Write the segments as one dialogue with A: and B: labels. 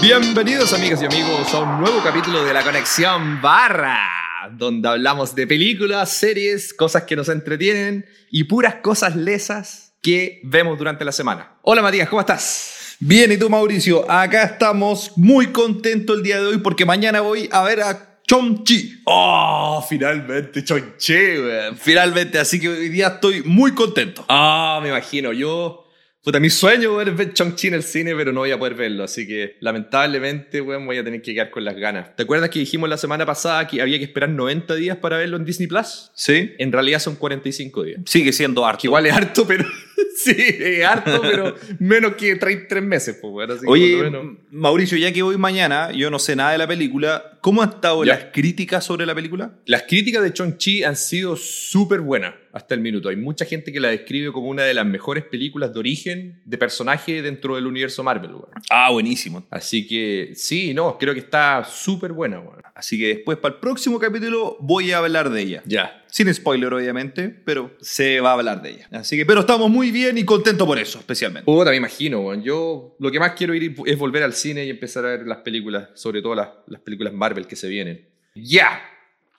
A: Bienvenidos amigas y amigos a un nuevo capítulo de La Conexión Barra, donde hablamos de películas, series, cosas que nos entretienen y puras cosas lesas que vemos durante la semana. Hola Matías, ¿cómo estás?
B: Bien, ¿y tú Mauricio? Acá estamos muy contentos el día de hoy porque mañana voy a ver a Chomchi.
A: Oh, finalmente, chonche, weón.
B: Finalmente, así que hoy día estoy muy contento.
A: Ah, me imagino, yo... Puta, mi sueño weón, es ver Chong-Chi en el cine, pero no voy a poder verlo, así que lamentablemente, weón, voy a tener que quedar con las ganas. ¿Te acuerdas que dijimos la semana pasada que había que esperar 90 días para verlo en Disney Plus?
B: ¿Sí?
A: En realidad son 45 días.
B: Sigue siendo harto.
A: Que igual es harto, pero. sí, es harto, pero menos que tres, tres meses, pues, weón. Así que por
B: Oye,
A: lo menos-
B: Mauricio, ya que voy mañana, yo no sé nada de la película, ¿cómo han estado
A: Ya.
B: las críticas sobre la película?
A: Las críticas de Chong-Chi han sido súper buenas hasta el minuto. Hay mucha gente que la describe como una de las mejores películas de origen de personaje dentro del universo Marvel, weón.
B: Ah, buenísimo.
A: Así que sí, no, creo que está súper buena, weón.
B: Así que después, para el próximo capítulo, voy a hablar de ella.
A: Ya.
B: Sin spoiler, obviamente, pero se va a hablar de ella. Así que, pero estamos muy bien y contentos por eso, especialmente.
A: Puta, me imagino, weón. Yo lo que más quiero ir es volver al cine y empezar a ver las películas, sobre todo las, las películas Marvel que se vienen. ¡Ya!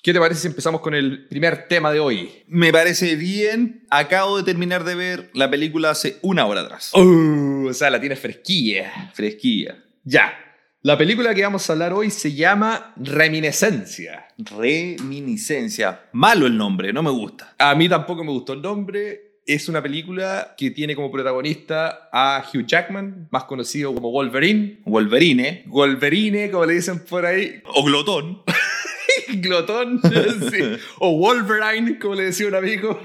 A: ¿Qué te parece si empezamos con el primer tema de hoy?
B: Me parece bien. Acabo de terminar de ver la película hace una hora atrás.
A: Uh, o sea, la tienes fresquilla.
B: Fresquilla.
A: Ya. La película que vamos a hablar hoy se llama Reminiscencia.
B: Reminiscencia. Malo el nombre, no me gusta.
A: A mí tampoco me gustó el nombre. Es una película que tiene como protagonista a Hugh Jackman, más conocido como Wolverine.
B: Wolverine.
A: Wolverine, como le dicen por ahí,
B: O glotón.
A: glotón, sí. o Wolverine, como le decía un amigo.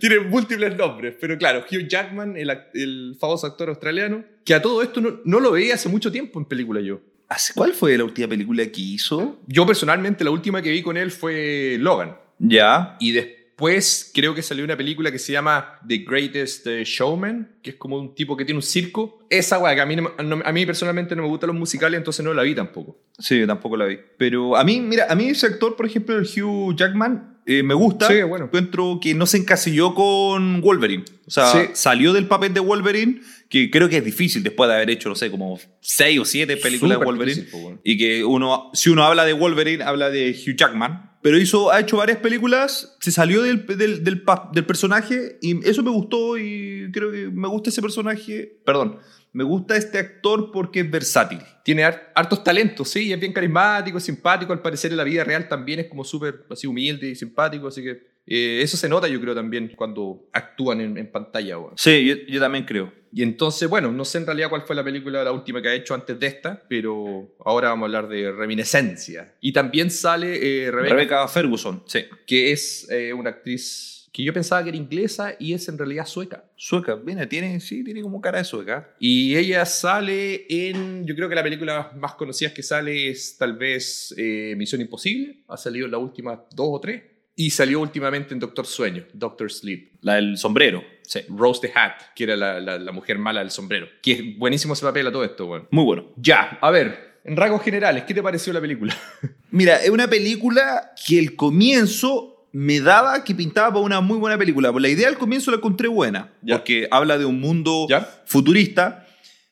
A: Tiene múltiples nombres, pero claro, Hugh Jackman, el, act- el famoso actor australiano, que a todo esto no, no lo veía hace mucho tiempo en película yo.
B: ¿Hace- ¿Cuál fue la última película que hizo?
A: Yo personalmente la última que vi con él fue Logan.
B: Ya.
A: Y después creo que salió una película que se llama The Greatest eh, Showman, que es como un tipo que tiene un circo. Esa weá, que a mí, no- no- a mí personalmente no me gustan los musicales, entonces no la vi tampoco.
B: Sí, yo tampoco la vi. Pero a mí, mira, a mí ese actor, por ejemplo, el Hugh Jackman, eh, me gusta.
A: Sí, bueno.
B: Encuentro que no se encasilló con Wolverine. O sea,
A: Sí.
B: salió del papel de Wolverine, que creo que es difícil después de haber hecho, no sé, como seis o siete películas de
A: Súper
B: Wolverine.
A: difícil, po, weón.
B: Y que uno, si uno habla de Wolverine, habla de Hugh Jackman. Pero hizo, ha hecho varias películas, se salió del, del, del, pa- del personaje y eso me gustó y creo que me gusta ese personaje. Perdón, me gusta este actor porque es versátil.
A: Tiene har- hartos talentos, sí, es bien carismático, es simpático, al parecer en la vida real también es como súper así humilde y simpático, así que eh, eso se nota yo creo también cuando actúan en, en pantalla. weón.
B: Sí, yo, yo también creo.
A: Y entonces, bueno, no sé en realidad cuál fue la película, la última que ha hecho antes de esta, pero ahora vamos a hablar de Reminiscencia. Y también sale eh, Rebecca,
B: Rebecca Ferguson, sí.
A: que es eh, una actriz que yo pensaba que era inglesa y es en realidad sueca.
B: Sueca, mira, tiene, sí, tiene como cara de sueca.
A: Y ella sale en, yo creo que la película más conocida que sale es tal vez eh, Misión Imposible, ha salido en las últimas dos o tres, y salió últimamente en Doctor Sueño, Doctor Sleep.
B: La del sombrero, sí.
A: Rose the Hat, que era la, la- la mujer mala del sombrero. Que es buenísimo ese papel a todo esto, bueno.
B: Muy bueno.
A: Ya, a ver, en rasgos generales, ¿qué te pareció la película?
B: Mira, es una película que el comienzo me daba que pintaba para una muy buena película. La idea al comienzo la encontré buena,
A: Ya.
B: porque habla de un mundo
A: Ya.
B: futurista,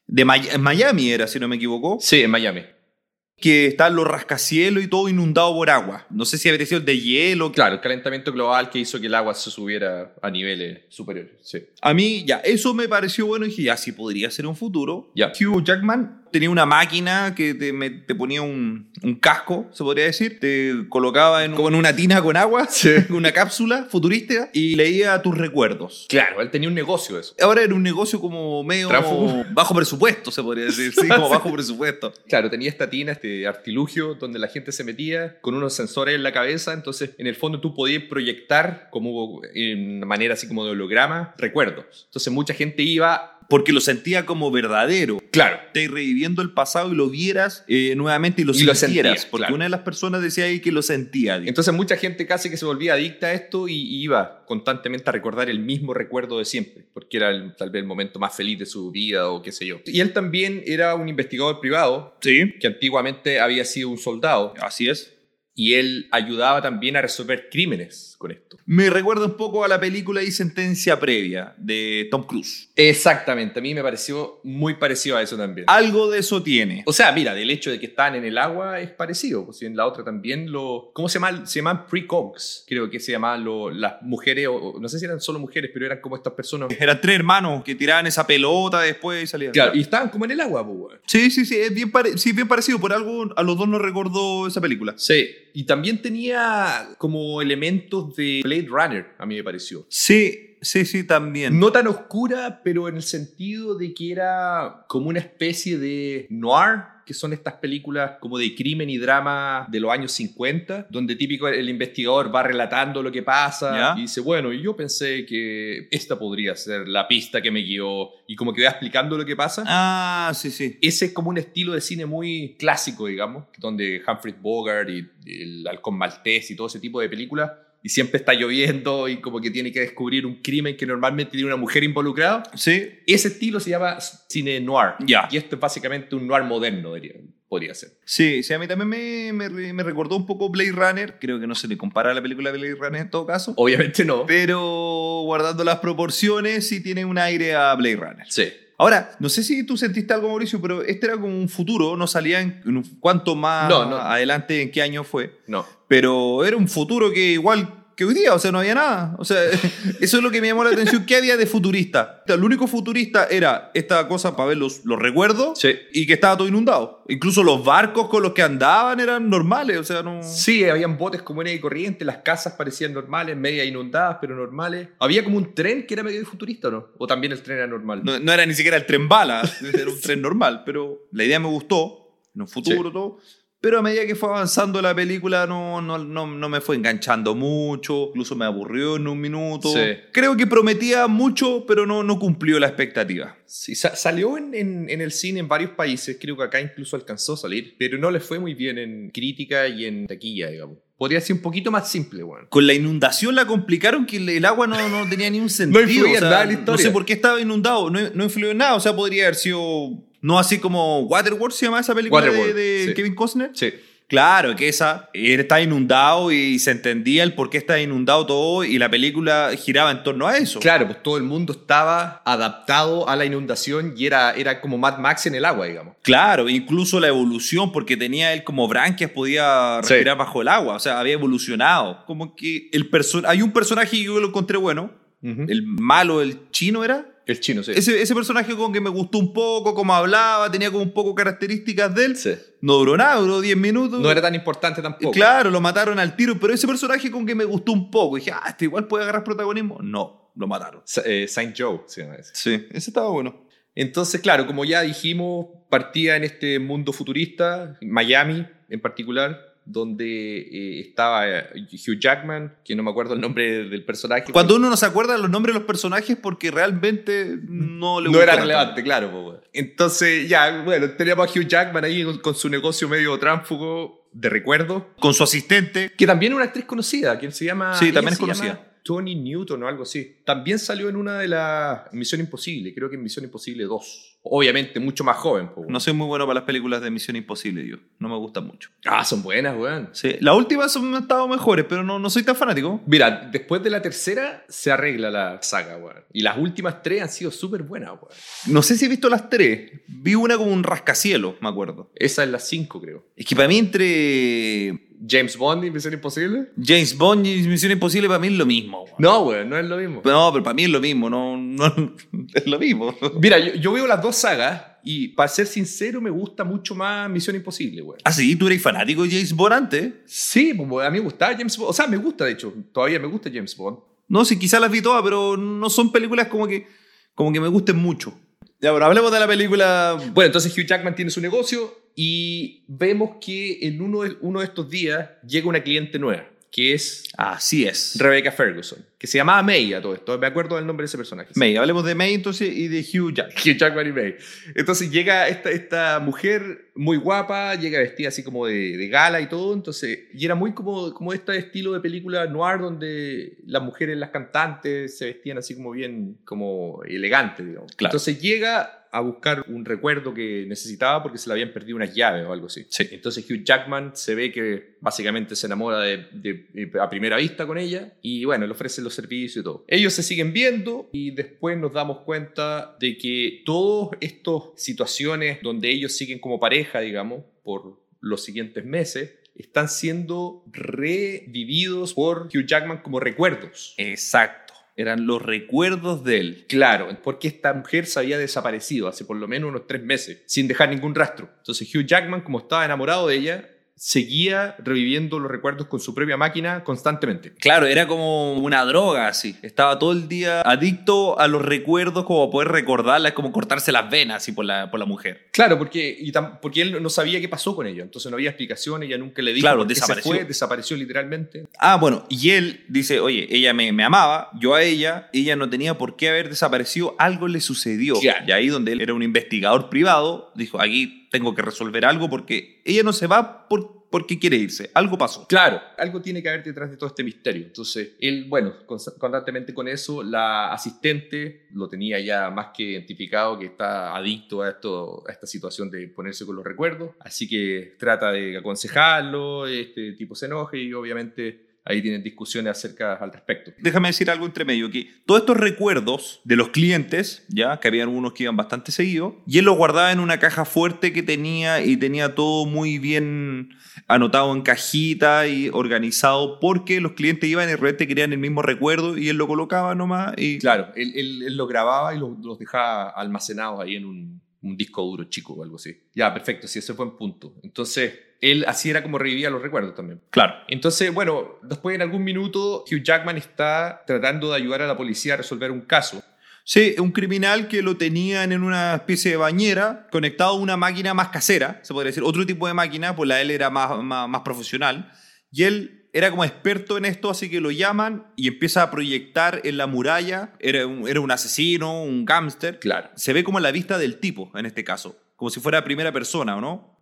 B: de May- en Miami era, si no me equivoco,
A: Sí, en Miami.
B: que están los rascacielos y todo inundado por agua. No sé si había sido el de hielo.
A: Claro, el calentamiento global que hizo que el agua se subiera a niveles superiores. Sí.
B: A mí, ya, eso me pareció bueno y dije, ya, sí podría ser un futuro.
A: Ya.
B: Hugh Jackman tenía una máquina que te, me- te ponía un, un casco, se podría decir. Te colocaba en, un- como en una tina con agua, una cápsula futurística y leía tus recuerdos.
A: Claro, él tenía un negocio de eso.
B: Ahora era un negocio como medio
A: Tráfugo.
B: bajo presupuesto, se podría decir. Sí, como bajo presupuesto.
A: Claro, tenía esta tina, este artilugio donde la gente se metía con unos sensores en la cabeza, entonces en el fondo tú podías proyectar como eh, en manera así como de holograma recuerdos. Entonces mucha gente iba,
B: Porque lo sentía como verdadero.
A: claro,
B: Estás reviviendo el pasado y lo vieras eh, nuevamente y lo
A: Y lo
B: sintieras.
A: sentías,
B: porque
A: claro.
B: una de las personas decía ahí que lo sentía. dijo.
A: entonces mucha gente casi que se volvía adicta a esto y y iba constantemente a recordar el mismo recuerdo de siempre, porque era el- tal vez el momento más feliz de su vida o qué sé yo. Y él también era un investigador privado
B: Sí,
A: que antiguamente había sido un soldado
B: así es.
A: y él ayudaba también a resolver crímenes con esto.
B: Me recuerda un poco a la película y sentencia previa de Tom Cruise.
A: Exactamente, a mí me pareció muy parecido a eso también.
B: Algo de eso tiene.
A: O sea, mira, del hecho de que están en el agua es parecido, pues, y en la otra también lo... ¿Cómo se llaman? Se llaman precogs, creo que se llamaban lo- las mujeres, o- o, no sé si eran solo mujeres, pero eran como estas personas...
B: Eran tres hermanos que tiraban esa pelota después y salían.
A: Claro, y estaban como en el agua, pues, weón.
B: Sí, sí, sí, es bien, pare- sí, bien parecido. Por algo a los dos nos recordó esa película.
A: Sí, y también tenía como elementos de Blade Runner, a mí me pareció.
B: Sí, sí, sí, también.
A: No tan oscura, pero en el sentido de que era como una especie de noir, que son estas películas como de crimen y drama de los años 50, donde típico el investigador va relatando lo que pasa
B: Ya.
A: y dice, bueno, y yo pensé que esta podría ser la pista que me guió y como que va explicando lo que pasa.
B: Ah, sí, sí.
A: Ese es como un estilo de cine muy clásico, digamos, donde Humphrey Bogart y el Halcón Maltés y todo ese tipo de películas, y siempre está lloviendo y como que tiene que descubrir un crimen que normalmente tiene una mujer involucrada.
B: Sí.
A: Ese estilo se llama cine noir.
B: Ya.
A: Y esto es básicamente un noir moderno, diría- podría ser.
B: Sí, sí, a mí también me, me re- me recordó un poco Blade Runner. Creo que no se le compara a la película de Blade Runner en todo caso.
A: Obviamente no.
B: Pero guardando las proporciones, sí tiene un aire a Blade Runner.
A: Sí.
B: Ahora, no sé si tú sentiste algo, Mauricio, pero este era como un futuro. No salía en, en un- cuánto más
A: No, no.
B: adelante, en qué año fue.
A: No.
B: pero era un futuro que igual que hoy día, o sea, no había nada. O sea, eso es lo que me llamó la atención. ¿Qué había de futurista? El único futurista era esta cosa para ver los, los recuerdos
A: Sí.
B: y que estaba todo inundado. Incluso los barcos con los que andaban eran normales, o sea, no...
A: Sí, habían botes comunes y corrientes, las casas parecían normales, media inundadas, pero normales. Había como un tren que era medio futurista, ¿o ¿no? O también el tren era normal.
B: No, no era ni siquiera el tren bala, era un tren normal, pero la idea me gustó, en un futuro todo. Pero a medida que fue avanzando la película no, no, no, no me fue enganchando mucho, incluso me aburrió en un minuto.
A: Sí.
B: Creo que prometía mucho, pero no, no cumplió la expectativa.
A: Sí, sa- salió en, en- en el cine en varios países, creo que acá incluso alcanzó a salir, pero no le fue muy bien en crítica y en taquilla, digamos. Podría ser un poquito más simple, weón.
B: Con la inundación la complicaron que el- el agua no, no tenía ni un sentido.
A: influía
B: o sea,
A: en nada en la historia.
B: No sé por qué estaba inundado, no, no influyó en nada. O sea, podría haber sido... No así como Waterworld se llama esa película de-
A: Waterworld,
B: de,
A: sí.
B: Kevin Costner.
A: Sí.
B: Claro, que esa él está inundado y se entendía el por qué está inundado todo y la película giraba en torno a eso.
A: Claro, pues todo el mundo estaba adaptado a la inundación y era, era como Mad Max en el agua, digamos.
B: Claro, incluso la evolución, porque tenía él como branquias, podía
A: Sí.
B: respirar bajo el agua, o sea, había evolucionado. Como que el perso- hay un personaje que yo lo encontré bueno,
A: el,
B: el malo, el chino era.
A: el chino, sí.
B: Ese, ese personaje como que me gustó un poco, como hablaba, tenía como un poco características de él.
A: Sí.
B: No duró nada, duró 10 minutos.
A: No era tan importante tampoco.
B: Claro, lo mataron al tiro, pero ese personaje con que me gustó un poco. Dije, ah, este igual puede agarrar protagonismo. No, lo mataron.
A: Sa- eh, Saint Joe se llama ese.
B: Sí, ese estaba bueno.
A: Entonces, claro, como ya dijimos, partía en este mundo futurista, Miami en particular, donde eh, estaba eh, Hugh Jackman, que no me acuerdo el nombre del personaje.
B: Cuando uno no se acuerda de los nombres de los personajes porque realmente no le
A: no era
B: gusta
A: relevante, claro. po, weón. Entonces, ya, bueno, teníamos a Hugh Jackman ahí con, con su negocio medio tránfugo de recuerdo,
B: tanto. Con su asistente.
A: que también es una actriz conocida, quien se llama...
B: Sí,
A: ella
B: también es
A: se llama
B: conocida.
A: Tony Newton o algo así. También salió en una de las Misión Imposible, creo que en Misión Imposible 2. Obviamente, mucho más joven. po, weón.
B: No soy muy bueno para las películas de Misión Imposible, yo. No me gusta mucho.
A: Ah, son buenas, weón.
B: Sí, las últimas son- han estado mejores, pero no, no soy tan fanático.
A: Mira, después de la tercera se arregla la saga, weón. Y las últimas tres han sido súper buenas, weón.
B: No sé si he visto las tres. Vi una como un rascacielos, me acuerdo.
A: Esa es la cinco, creo.
B: Es que para mí entre
A: James Bond y Misión Imposible.
B: James Bond y Misión Imposible, para mí es lo mismo. weón.
A: No, weón, no es lo mismo.
B: No, pero para mí es lo mismo, no, no- es lo mismo.
A: Mira, yo, yo veo las dos sagas y para ser sincero me gusta mucho más Misión Imposible, weón.
B: Ah, sí, tú eres fanático de James Bond antes.
A: Sí, pues, weón, a mí me gustaba James Bond. O sea, me gusta, de hecho. Todavía me gusta James Bond.
B: No sé, quizás las vi todas, pero no son películas como que, como que me gusten mucho. Ya, bueno, hablemos de la película.
A: Bueno, entonces Hugh Jackman tiene su negocio y vemos que en uno de, uno de estos días llega una cliente nueva, que es
B: Así es.
A: Rebecca Ferguson. que se llamaba May a todo esto. Me acuerdo del nombre de ese personaje.
B: May, hablemos de May entonces y de Hugh Jack.
A: Hugh Jackman y May. Entonces llega esta, esta mujer muy guapa, llega vestida así como de, de gala y todo, entonces, y era muy como, como este estilo de película noir donde las mujeres, las cantantes, se vestían así como bien, como elegante, digamos.
B: Claro.
A: Entonces llega a buscar un recuerdo que necesitaba porque se le habían perdido unas llaves o algo así.
B: Sí.
A: Entonces Hugh Jackman se ve que básicamente se enamora de, de- a primera vista con ella y bueno, le ofrece los servicios y todo. Ellos se siguen viendo y después nos damos cuenta de que todas estas situaciones donde ellos siguen como pareja, digamos, por los siguientes meses, están siendo revividos por Hugh Jackman como recuerdos.
B: Exacto. Eran los recuerdos de él.
A: Claro, porque esta mujer se había desaparecido hace por lo menos unos tres meses, sin dejar ningún rastro. Entonces Hugh Jackman, como estaba enamorado de ella, seguía reviviendo los recuerdos con su propia máquina constantemente.
B: Claro, era como una droga así. Estaba todo el día adicto a los recuerdos, como a poder recordarlas, como cortarse las venas así por la, por la mujer.
A: Claro, porque, y tam- porque él no sabía qué pasó con ella, entonces no había explicación, ella nunca le dijo
B: Claro,
A: por qué se
B: desapareció.
A: fue, desapareció literalmente.
B: Ah, bueno, y él dice, oye, ella me, me amaba, yo a ella, ella no tenía por qué haber desaparecido, algo le sucedió.
A: Claro.
B: Y ahí donde él era un investigador privado, dijo, aquí tengo que resolver algo porque ella no se va por, porque quiere irse, algo pasó.
A: Claro, algo tiene que haber detrás de todo este misterio. Entonces, él, bueno, const- constantemente con eso, la asistente lo tenía ya más que identificado que está adicto a, esto, a esta situación de ponerse con los recuerdos. Así que trata de aconsejarlo, este tipo se enoja y obviamente ahí tienen discusiones acerca al respecto.
B: Déjame decir algo entre medio, que todos estos recuerdos de los clientes, ya, que habían unos que iban bastante seguido, y él los guardaba en una caja fuerte que tenía y tenía todo muy bien anotado en cajita y organizado porque los clientes iban y de repente querían el mismo recuerdo y él lo colocaba nomás y...
A: Claro, él, él, él los grababa y los, los dejaba almacenados ahí en un, un disco duro chico o algo así. Ya, perfecto, sí, ese fue un punto. Entonces, él así era como revivía los recuerdos también.
B: Claro.
A: Entonces, bueno, después en algún minuto Hugh Jackman está tratando de ayudar a la policía a resolver un caso.
B: Sí, un criminal que lo tenían en una especie de bañera, conectado a una máquina más casera, se podría decir, otro tipo de máquina, pues la de él era más, más, más profesional, y él era como experto en esto, así que lo llaman y empieza a proyectar en la muralla, era un, era un asesino, un gámster,
A: Claro.
B: se ve como la vista del tipo en este caso, como si fuera primera persona, ¿o no?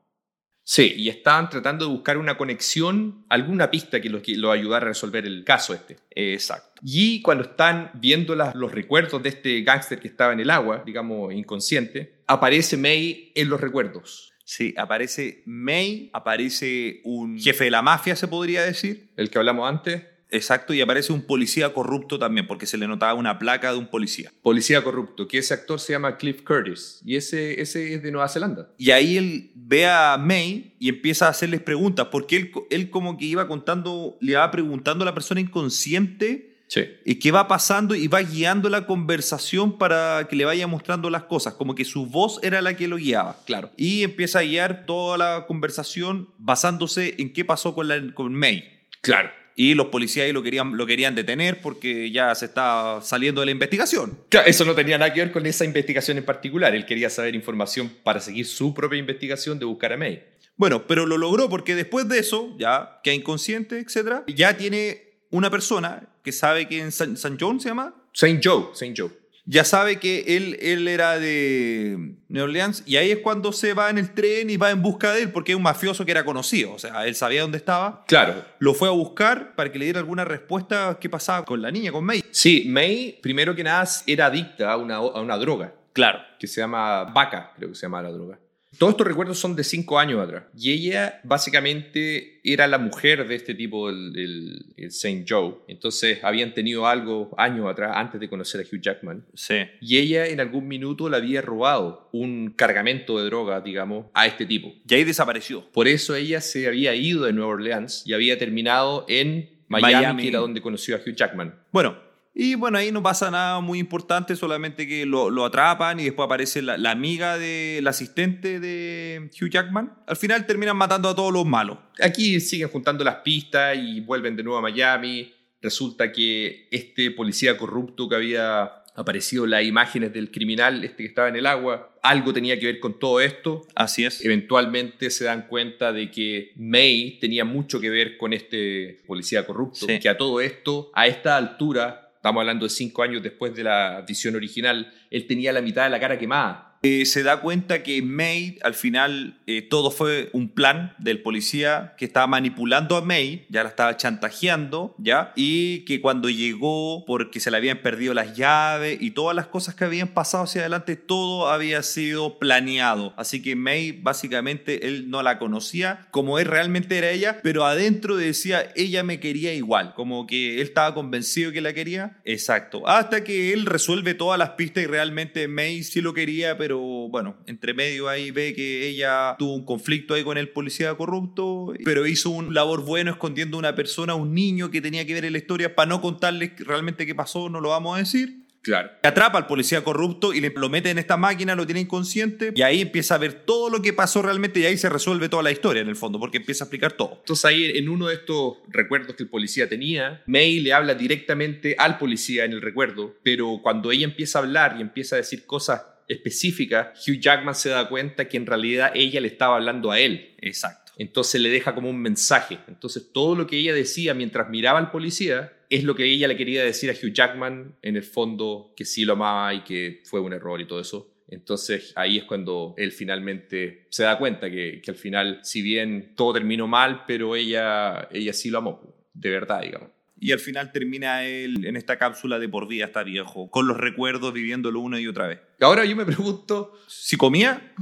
A: Sí, y estaban tratando de buscar una conexión, alguna pista que los que lo ayudara a resolver el caso este.
B: Exacto.
A: Y cuando están viendo las- los recuerdos de este gángster que estaba en el agua, digamos inconsciente, aparece May en los recuerdos.
B: Sí, aparece May, aparece un jefe de la mafia, se podría decir.
A: El que hablamos antes,
B: Exacto, y aparece un policía corrupto también, porque se le notaba una placa de un policía.
A: policía corrupto, que ese actor se llama Cliff Curtis, y ese, ese es de Nueva Zelanda.
B: Y ahí él ve a May y empieza a hacerles preguntas, porque él, él como que iba contando, le va preguntando a la persona inconsciente
A: Sí.
B: eh, qué va pasando y va guiando la conversación para que le vaya mostrando las cosas, como que su voz era la que lo guiaba.
A: Claro.
B: Y empieza a guiar toda la conversación basándose en qué pasó con, la, con May.
A: Claro.
B: Y los policías ahí lo querían, lo querían detener porque ya se está saliendo de la investigación.
A: Claro, eso no tenía nada que ver con esa investigación en particular. Él quería saber información para seguir su propia investigación de buscar a May.
B: Bueno, pero lo logró porque después de eso, ya que inconsciente, etcétera, ya tiene una persona que sabe que en San, San John se llama,
A: Saint Joe, Saint Joe.
B: ya sabe que él, él era de New Orleans y ahí es cuando se va en el tren y va en busca de él porque es un mafioso que era conocido, o sea, él sabía dónde estaba,
A: Claro.
B: lo fue a buscar para que le diera alguna respuesta qué pasaba con la niña, con May.
A: Sí, May, primero que nada, era adicta a una, a una droga
B: Claro.
A: que se llama vaca, creo que se llama la droga. Todos estos recuerdos son de cinco años atrás. Y ella básicamente era la mujer de este tipo, el, el, el Saint Joe. Entonces habían tenido algo años atrás, antes de conocer a Hugh Jackman.
B: Sí.
A: Y ella en algún minuto le había robado un cargamento de droga, digamos, a este tipo.
B: Y ahí desapareció.
A: Por eso ella se había ido de Nueva Orleans y había terminado en Miami,
B: Miami.
A: que era donde conoció a Hugh Jackman.
B: Bueno, y bueno, ahí no pasa nada muy importante, solamente que lo, lo atrapan y después aparece la, la amiga del asistente de Hugh Jackman. Al final terminan matando a todos los malos.
A: Aquí siguen juntando las pistas y vuelven de nuevo a Miami. Resulta que este policía corrupto que había aparecido en las imágenes del criminal, este que estaba en el agua, algo tenía que ver con todo esto.
B: Así es.
A: Eventualmente se dan cuenta de que May tenía mucho que ver con este policía corrupto,
B: Sí.
A: que a todo esto, a esta altura, Estamos hablando de cinco años después de la visión original. Él tenía la mitad de la cara quemada.
B: Eh, se da cuenta que May, al final, eh, todo fue un plan del policía que estaba manipulando a May, ya la estaba chantajeando, ¿ya? Y que cuando llegó, porque se le habían perdido las llaves y todas las cosas que habían pasado hacia adelante, todo había sido planeado. Así que May, básicamente, él no la conocía como él realmente era ella, pero adentro decía, ella me quería igual, como que él estaba convencido que la quería. Exacto. Hasta que él resuelve todas las pistas y realmente May sí lo quería, pero bueno, entre medio ahí ve que ella tuvo un conflicto ahí con el policía corrupto, pero hizo un labor bueno escondiendo a una persona, un niño que tenía que ver en la historia para no contarles realmente qué pasó, no lo vamos a decir.
A: Claro.
B: Atrapa al policía corrupto y le, lo mete en esta máquina, lo tiene inconsciente y ahí empieza a ver todo lo que pasó realmente y ahí se resuelve toda la historia en el fondo porque empieza a explicar todo.
A: Entonces ahí en uno de estos recuerdos que el policía tenía, May le habla directamente al policía en el recuerdo, pero cuando ella empieza a hablar y empieza a decir cosas específicas, Hugh Jackman se da cuenta que en realidad ella le estaba hablando a él.
B: Exacto.
A: Entonces le deja como un mensaje. Entonces todo lo que ella decía mientras miraba al policía es lo que ella le quería decir a Hugh Jackman en el fondo que sí lo amaba y que fue un error y todo eso. Entonces ahí es cuando él finalmente se da cuenta que, que al final, si bien todo terminó mal, pero ella, ella sí lo amó, de verdad, digamos.
B: Y al final termina él en esta cápsula de por vida, está viejo, con los recuerdos viviéndolo una y otra vez.
A: Ahora yo me pregunto,
B: Si comía,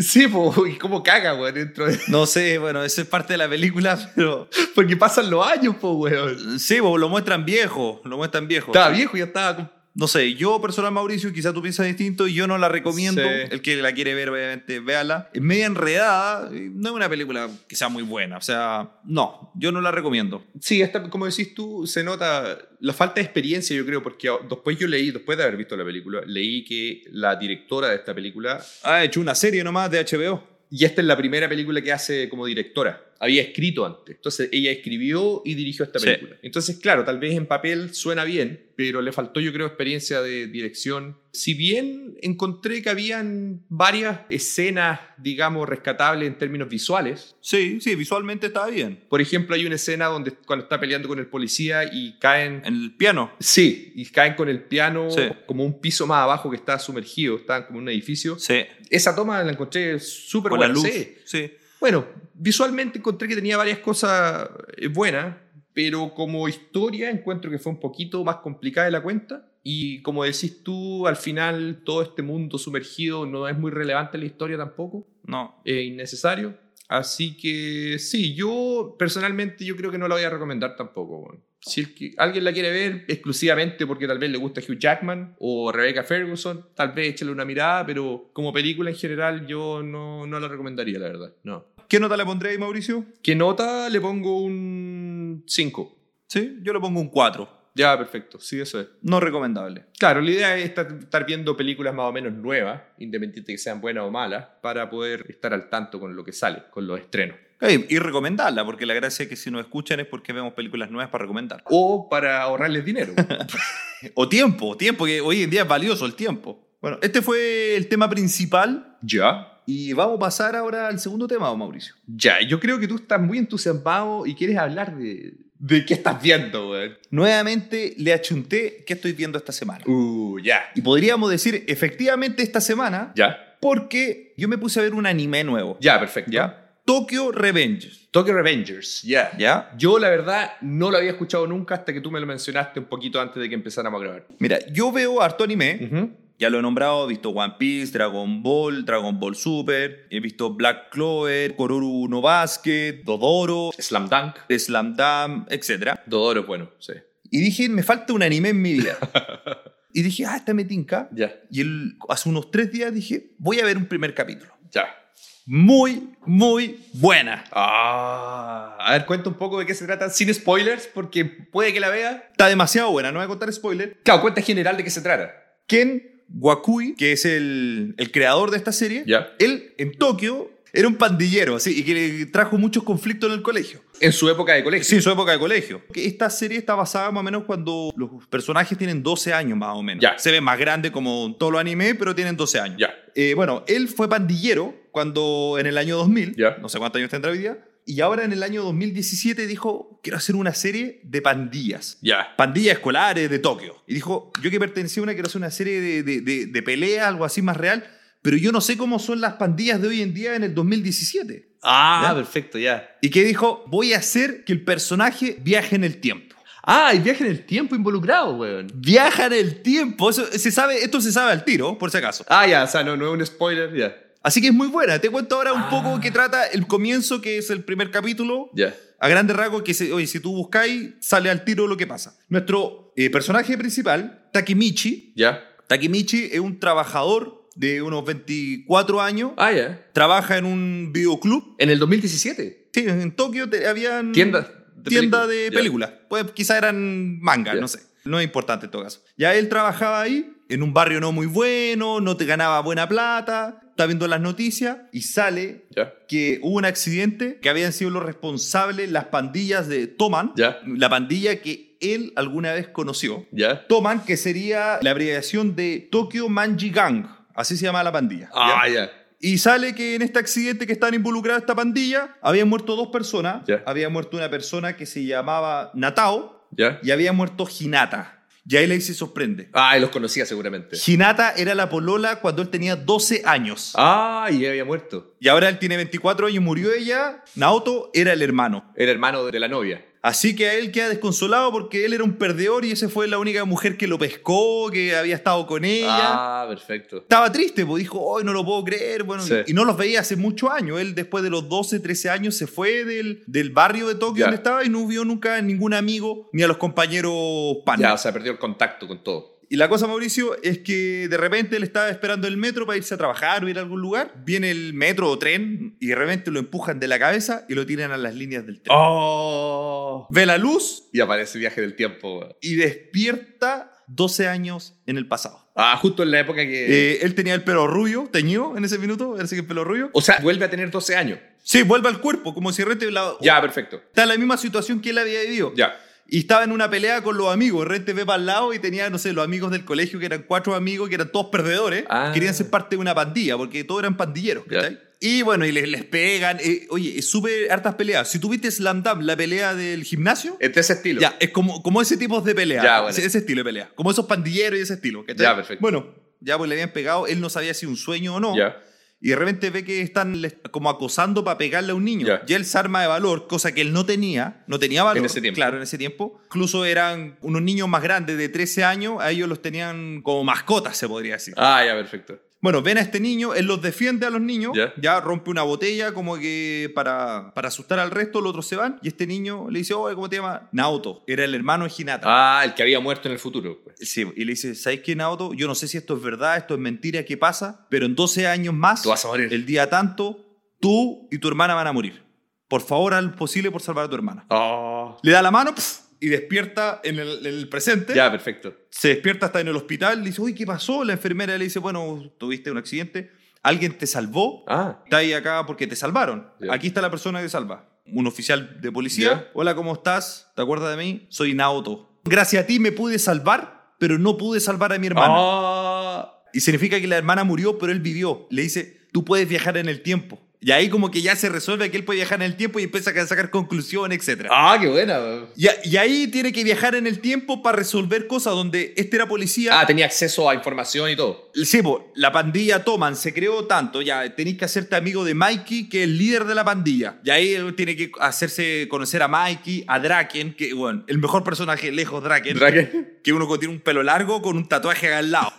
A: sí, po, ¿y cómo caga, weón? Dentro de...
B: no sé, bueno, esa es parte de la película, pero
A: Porque pasan los años, po, weón.
B: sí, bo, lo muestran viejo, lo muestran viejo.
A: Estaba viejo, ya estaba con
B: No sé, yo personal, Mauricio, quizá tú piensas distinto, yo no la recomiendo.
A: Sí.
B: El que la quiere ver, obviamente, véala. Es media enredada, eh, no es una película que sea muy buena, o sea, no, yo no la recomiendo.
A: Sí, esta, como decís tú, se nota la falta de experiencia, yo creo, porque después yo leí, después de haber visto la película, leí que la directora de esta película,
B: Ha hecho una serie nomás de HBO.
A: y esta es la primera película que hace como directora, había escrito antes. Entonces ella escribió y dirigió esta
B: Sí.
A: película. Entonces, claro, tal vez en papel suena bien, pero le faltó, yo creo, experiencia de dirección. Si bien encontré que habían varias escenas, digamos, rescatables en términos visuales,
B: Sí, sí, visualmente estaba bien.
A: por ejemplo, hay una escena donde cuando está peleando con el policía y caen
B: En el piano.
A: Sí, y caen con el piano
B: Sí.
A: como un piso más abajo que está sumergido, estaban como en un edificio.
B: Sí.
A: Esa toma la encontré súper
B: Con
A: buena.
B: la luz.
A: sí.
B: sí.
A: Bueno, visualmente encontré que tenía varias cosas eh, buenas, pero como historia encuentro que fue un poquito más complicada de la cuenta. Y como decís tú, al final todo este mundo sumergido no es muy relevante en la historia tampoco
B: No.
A: eh, innecesario. Así que sí, yo personalmente yo creo que no la voy a recomendar tampoco. weón. Si el que- alguien la quiere ver exclusivamente porque tal vez le gusta Hugh Jackman o Rebecca Ferguson, tal vez échale una mirada, pero como película en general yo no, no la recomendaría, la verdad. No.
B: ¿Qué nota le pondré ahí, Mauricio?
A: ¿Qué nota? Le pongo un 5.
B: Sí, yo le pongo un 4.
A: Ya, perfecto. Sí, eso es.
B: No recomendable.
A: Claro, la idea es estar, estar viendo películas más o menos nuevas, independiente que sean buenas o malas, para poder estar al tanto con lo que sale, con los estrenos.
B: Ey, y recomendarla, porque la gracia es que si nos escuchan es porque vemos películas nuevas para recomendar.
A: O para ahorrarles dinero.
B: O tiempo, tiempo, que hoy en día es valioso el tiempo. Bueno, este fue el tema principal
A: Ya.
B: y vamos a pasar ahora al segundo tema, Mauricio.
A: Ya, yo creo que tú estás muy entusiasmado y quieres hablar de, de qué estás viendo, weón.
B: Nuevamente le achunté qué estoy viendo esta semana.
A: Uh, ya.
B: Y podríamos decir efectivamente esta semana
A: Ya.
B: porque yo me puse a ver un anime nuevo.
A: Ya, perfecto.
B: ¿Ya? Tokyo Revengers.
A: Tokyo Revengers, ya.
B: ¿Ya?
A: Yo, la verdad, no lo había escuchado nunca hasta que tú me lo mencionaste un poquito antes de que empezáramos a grabar.
B: Mira, yo veo harto anime. Ya lo he nombrado, he visto One Piece, Dragon Ball, Dragon Ball Super, he visto Black Clover, Kororu no Basket, Dodoro,
A: Slam Dunk.
B: Slam Dunk, etc.
A: Dodoro, bueno, sí.
B: Y dije, me falta un anime en mi vida. y dije, ah, esta me tinca.
A: Ya,
B: Y el- hace unos tres días dije, voy a ver un primer capítulo.
A: ya.
B: Muy, muy buena.
A: Ah. A ver, cuenta un poco de qué se trata, sin spoilers, porque puede que la vea.
B: Está demasiado buena, no voy a contar spoiler.
A: Claro, cuenta en general de qué se trata.
B: Ken Wakui, que es el, el creador de esta serie,
A: Ya.
B: él en Tokio era un pandillero, así, y que le trajo muchos conflictos en el colegio.
A: En su época de colegio.
B: Sí, en su época de colegio. Que Esta serie está basada más o menos cuando los personajes tienen 12 años más o menos.
A: Ya.
B: Se ve más grande como todo lo anime, pero tienen 12 años.
A: Ya.
B: Eh, bueno, él fue pandillero cuando en el año 2000,
A: Ya.
B: no sé cuántos años tendrá hoy día, y ahora en el año 2017 dijo, quiero hacer una serie de pandillas.
A: Ya.
B: Pandillas escolares de Tokio. Y dijo, yo que pertenecía a una, quiero hacer una serie de, de, de, de peleas, algo así más real, pero yo no sé cómo son las pandillas de hoy en día en el 2017.
A: Ah,
B: Ya.
A: perfecto, ya.
B: Y que dijo, voy a hacer que el personaje viaje en el tiempo.
A: Ah, y viaje en el tiempo involucrado, weón.
B: Viaja en el tiempo, eso se sabe, esto se sabe al tiro, por si acaso.
A: Ah, ya, o sea, no, no es un spoiler, ya.
B: Así que es muy buena. Te cuento ahora un
A: Ah.
B: poco que trata el comienzo, que es el primer capítulo.
A: Ya.
B: A grandes rasgos, que se- oye, si tú buscáis, sale al tiro lo que pasa. Nuestro eh, personaje principal, Takemichi.
A: Ya.
B: Takemichi es un trabajador de unos 24 años.
A: Ah, ya.
B: Trabaja en un videoclub.
A: En el 2017.
B: Sí, en Tokio te- habían...
A: Tienda. de
B: tienda
A: película.
B: de
A: Ya.
B: películas. Pues quizá eran manga,
A: Ya.
B: no sé. No es importante en todo caso. Ya él trabajaba ahí, en un barrio no muy bueno, no te ganaba buena plata, está viendo las noticias y sale
A: Ya.
B: que hubo un accidente que habían sido los responsables las pandillas de Toman,
A: Ya.
B: la pandilla que él alguna vez conoció.
A: Ya.
B: Toman, que sería la abreviación de Tokyo Manji Gang, así se llama la pandilla. ¿ya?
A: Ah, ya.
B: Y sale que en este accidente que están involucradas esta pandilla, habían muerto dos personas.
A: Ya.
B: Había muerto una persona que se llamaba Natao
A: Ya.
B: y había muerto Hinata. Y ahí le se sorprende.
A: Ah, y los conocía seguramente.
B: Hinata era la polola cuando él tenía 12 años.
A: Ah, y había muerto.
B: Y ahora él tiene 24 años y murió ella. Naoto era el hermano.
A: Era hermano de la novia.
B: Así que a él queda desconsolado porque él era un perdedor y esa fue la única mujer que lo pescó, que había estado con ella.
A: Ah, perfecto.
B: Estaba triste, pues dijo, hoy no lo puedo creer. Bueno,
A: Sí.
B: Y no los veía hace muchos años. Él después de los 12, 13 años se fue del, del barrio de Tokio
A: Ya.
B: donde estaba y no vio nunca a ningún amigo ni a los compañeros pan.
A: Ya, o sea, perdió el contacto con todo.
B: Y la cosa, Mauricio, es que de repente él estaba esperando el metro para irse a trabajar o ir a algún lugar. Viene el metro o tren y de repente lo empujan de la cabeza y lo tiran a las líneas del tren.
A: Oh.
B: Ve la luz
A: Y aparece Viaje del Tiempo. weón.
B: y despierta 12 años en el pasado.
A: Ah, justo en la época que...
B: Eh, él tenía el pelo rubio, teñido en ese minuto, parece que el pelo rubio.
A: o sea, vuelve a tener 12 años.
B: Sí, vuelve al cuerpo, como si Rente la-
A: Ya, perfecto.
B: está en la misma situación que él había vivido.
A: Ya.
B: Y estaba en una pelea con los amigos. Rente ve para el lado y tenía, no sé, los amigos del colegio que eran cuatro amigos, que eran todos perdedores.
A: Ah.
B: Querían ser parte de una pandilla, porque todos eran pandilleros.
A: Ya.
B: ¿cachai? Y bueno, y les, les pegan. eh, oye, es súper hartas peleas. Si tuviste Slam Dunk, la pelea del gimnasio,
A: Es de ese estilo.
B: ya, es como, como ese tipo de pelea.
A: Ya, bueno.
B: ese, ese estilo de pelea. Como esos pandilleros y ese estilo. ¿cachai?
A: Ya, perfecto.
B: Bueno, ya pues le habían pegado. Él no sabía si un sueño o no.
A: Ya.
B: Y de repente ve que están les- como acosando para pegarle a un niño.
A: Ya.
B: Y él se arma de valor, cosa que él no tenía. No tenía valor.
A: En ese tiempo.
B: Claro, en ese tiempo. Incluso eran unos niños más grandes, de 13 años. A ellos los tenían como mascotas, se podría decir.
A: Ah, ya, perfecto.
B: Bueno, ven a este niño, él los defiende a los niños.
A: Ya.
B: Ya rompe una botella como que para, para asustar al resto. Los otros se van. Y este niño le dice, oye, ¿cómo te llamas? Naoto. Era el hermano de Hinata.
A: Ah, el que había muerto en el futuro. pues.
B: Sí, y le dice, ¿sabes qué, Naoto? Yo no sé si esto es verdad, esto es mentira, ¿qué pasa? Pero en 12 años más,
A: Tú vas a morir.
B: el día tanto, tú y tu hermana van a morir. Por favor, haz lo posible por salvar a tu hermana.
A: Oh.
B: Le da la mano pf, y despierta en el, en el presente.
A: Ya, perfecto.
B: Se despierta hasta en el hospital. Le dice, uy, ¿qué pasó? La enfermera le dice, bueno, tuviste un accidente, alguien te salvó.
A: Ah.
B: Está ahí acá porque te salvaron.
A: Ya.
B: Aquí está la persona que te salva. Un oficial de policía.
A: Ya.
B: Hola, ¿cómo estás? ¿Te acuerdas de mí? Soy Naoto. Gracias a ti me pude salvar, pero no pude salvar a mi hermana.
A: Ah.
B: Y significa que la hermana murió, pero él vivió. Le dice, tú puedes viajar en el tiempo. Y ahí como que ya se resuelve que él puede viajar en el tiempo y empieza a sacar conclusiones, etc.
A: Ah, qué buena. weón.
B: Y, a- y ahí tiene que viajar en el tiempo para resolver cosas donde este era policía,
A: Ah, tenía acceso a información y todo.
B: Sí, po, la pandilla Toman se creó tanto, ya tenéis que hacerte amigo de Mikey, que es el líder de la pandilla. Y ahí él tiene que hacerse conocer a Mikey, a Draken, que bueno, el mejor personaje lejos Draken,
A: Raquel.
B: que uno que tiene un pelo largo con un tatuaje acá al lado.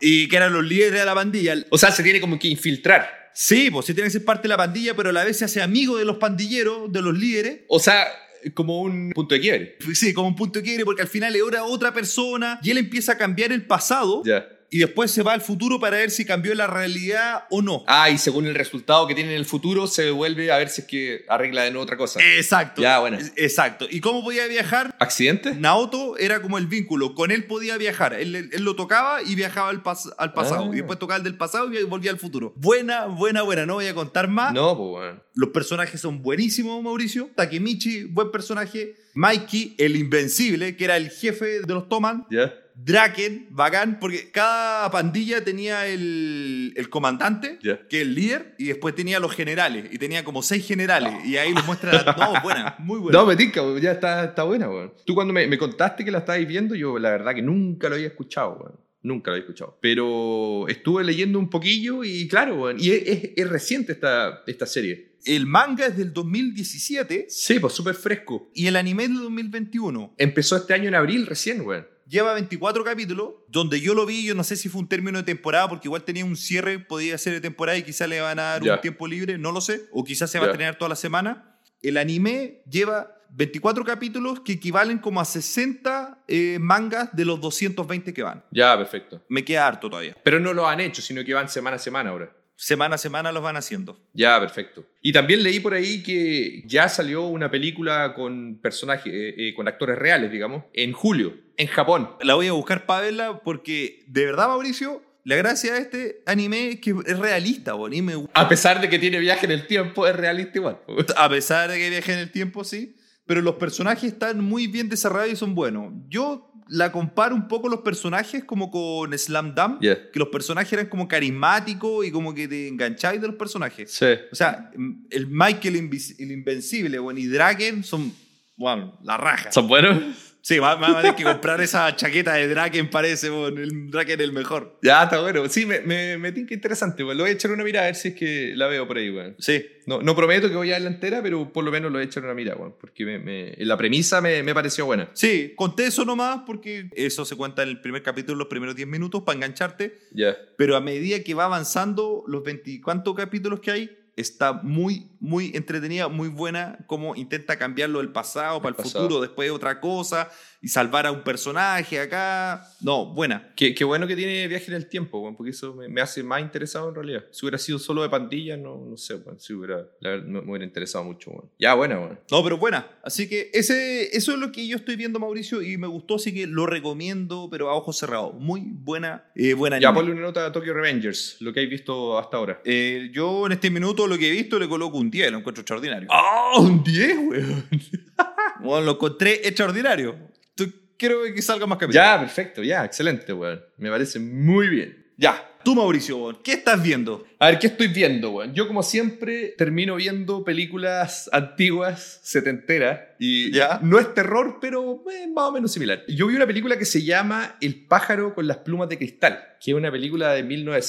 B: y que eran los líderes de la pandilla.
A: O sea, se tiene como que infiltrar.
B: Sí, pues sí tiene que ser parte de la pandilla, pero a la vez se hace amigo de los pandilleros, de los líderes.
A: O sea, como un punto de quiebre.
B: Sí, como un punto de quiebre, porque al final era otra persona y él empieza a cambiar el pasado.
A: Ya.
B: Y después se va al futuro para ver si cambió la realidad o no.
A: Ah, y según el resultado que tiene en el futuro, se vuelve a ver si es que arregla de nuevo otra cosa.
B: Exacto.
A: Ya, bueno.
B: Es- Exacto. ¿Y cómo podía viajar?
A: ¿Accidente?
B: Naoto era como el vínculo, con él podía viajar, él, él- él lo tocaba y viajaba al, pas- al pasado,
A: Ah.
B: y después tocaba el del pasado y volvía al futuro. Buena, buena, buena, no voy a contar más.
A: No, pues bueno.
B: Los personajes son buenísimos, Mauricio. Takemichi, buen personaje. Mikey, el invencible, que era el jefe de los Toman,
A: Ya.
B: Draken, bacán, porque cada pandilla tenía el, el comandante,
A: Ya.
B: que es el líder, y después tenía los generales, y tenía como seis generales, y ahí los muestran. a- No, buena, muy buena.
A: No, me tinca, weón, ya está, está buena, weón. Tú cuando me, me contaste que la estabais viendo, yo la verdad que nunca lo había escuchado, weón. Nunca lo había escuchado. Pero estuve leyendo un poquillo y claro, weón. Y es, es- es reciente esta, esta serie.
B: El manga es del 2017
A: Sí, pues súper fresco.
B: y el anime es del 2021.
A: Empezó este año en abril recién, weón.
B: Lleva 24 capítulos, donde yo lo vi, yo no sé si fue un término de temporada, porque igual tenía un cierre, podía ser de temporada y quizás le van a dar
A: Ya.
B: un tiempo libre, no lo sé, o quizás se va
A: Ya.
B: a estrenar toda la semana. El anime lleva 24 capítulos que equivalen como a 60 eh, mangas de los 220 que van.
A: Ya, perfecto.
B: Me queda harto todavía.
A: Pero no lo han hecho, sino que van semana a semana ahora.
B: Semana a semana los van haciendo.
A: Ya, perfecto. Y también leí por ahí que ya salió una película con personajes, eh, eh, con actores reales, digamos, en julio, en Japón.
B: La voy a buscar para verla porque, de verdad, Mauricio, la gracia de este anime es que es realista, boludo, y me
A: A pesar de que tiene viaje en el tiempo, es realista igual.
B: A pesar de que viaje en el tiempo, sí. Pero los personajes están muy bien desarrollados y son buenos. Yo la comparo un poco los personajes como con Slam Dunk.
A: Ya.
B: Que los personajes eran como carismáticos y como que te engancháis de los personajes.
A: Sí.
B: O sea, m- el Michael Invis- el Invencible bueno, y Draken son, bueno, la raja.
A: ¿Son buenos?
B: Sí, va- va a tener que comprar esa chaqueta de Draken, parece, bueno, el Draken el mejor.
A: Ya, está bueno. Sí, me, me, me tinca interesante. weón. Le voy a echar una mirada a ver si es que la veo por ahí, weón.
B: Sí,
A: No, no prometo que voy a verla entera, pero por lo menos lo voy a echar una mirada, weón. Porque me- me- la premisa me, me pareció buena.
B: sí, conté eso nomás porque eso se cuenta en el primer capítulo, los primeros 10 minutos, para engancharte.
A: Ya.
B: Pero a medida que va avanzando, los 20 cuántos capítulos que hay, está muy, muy entretenida, muy buena, como intenta cambiarlo del pasado para el
A: pasado.
B: futuro, después otra cosa, y salvar a un personaje acá. No, buena.
A: Qué, qué bueno que tiene viaje en el tiempo, weón, porque eso me, me hace más interesado en realidad. Si hubiera sido solo de pandillas, no, no sé, weón, si hubiera, la verdad, me, me hubiera interesado mucho, weón. Ya, bueno, weón.
B: No, pero buena. Así que ese, eso es lo que yo estoy viendo, Mauricio, y me gustó, así que lo recomiendo, pero a ojos cerrados. Muy buena, eh, buena
A: Ya,
B: anime.
A: ponle una nota a Tokyo Revengers, lo que habéis visto hasta ahora.
B: Eh, yo en este minuto lo que he visto le coloco un 10, lo encuentro extraordinario.
A: ¡Oh, un 10, weón!
B: Bueno, lo encontré extraordinario. Tú- Quiero que salga más capítulos.
A: Ya, perfecto, ya, excelente, weón. Me parece muy bien. Ya,
B: Tú, Mauricio, ¿qué estás viendo?
A: A ver, ¿qué estoy viendo, weón? Yo, como siempre, termino viendo películas antiguas, setenteras. Y
B: Ya.
A: no es terror, pero eh, más o menos similar. Yo vi una película que se llama El pájaro con las plumas de cristal, que es una película de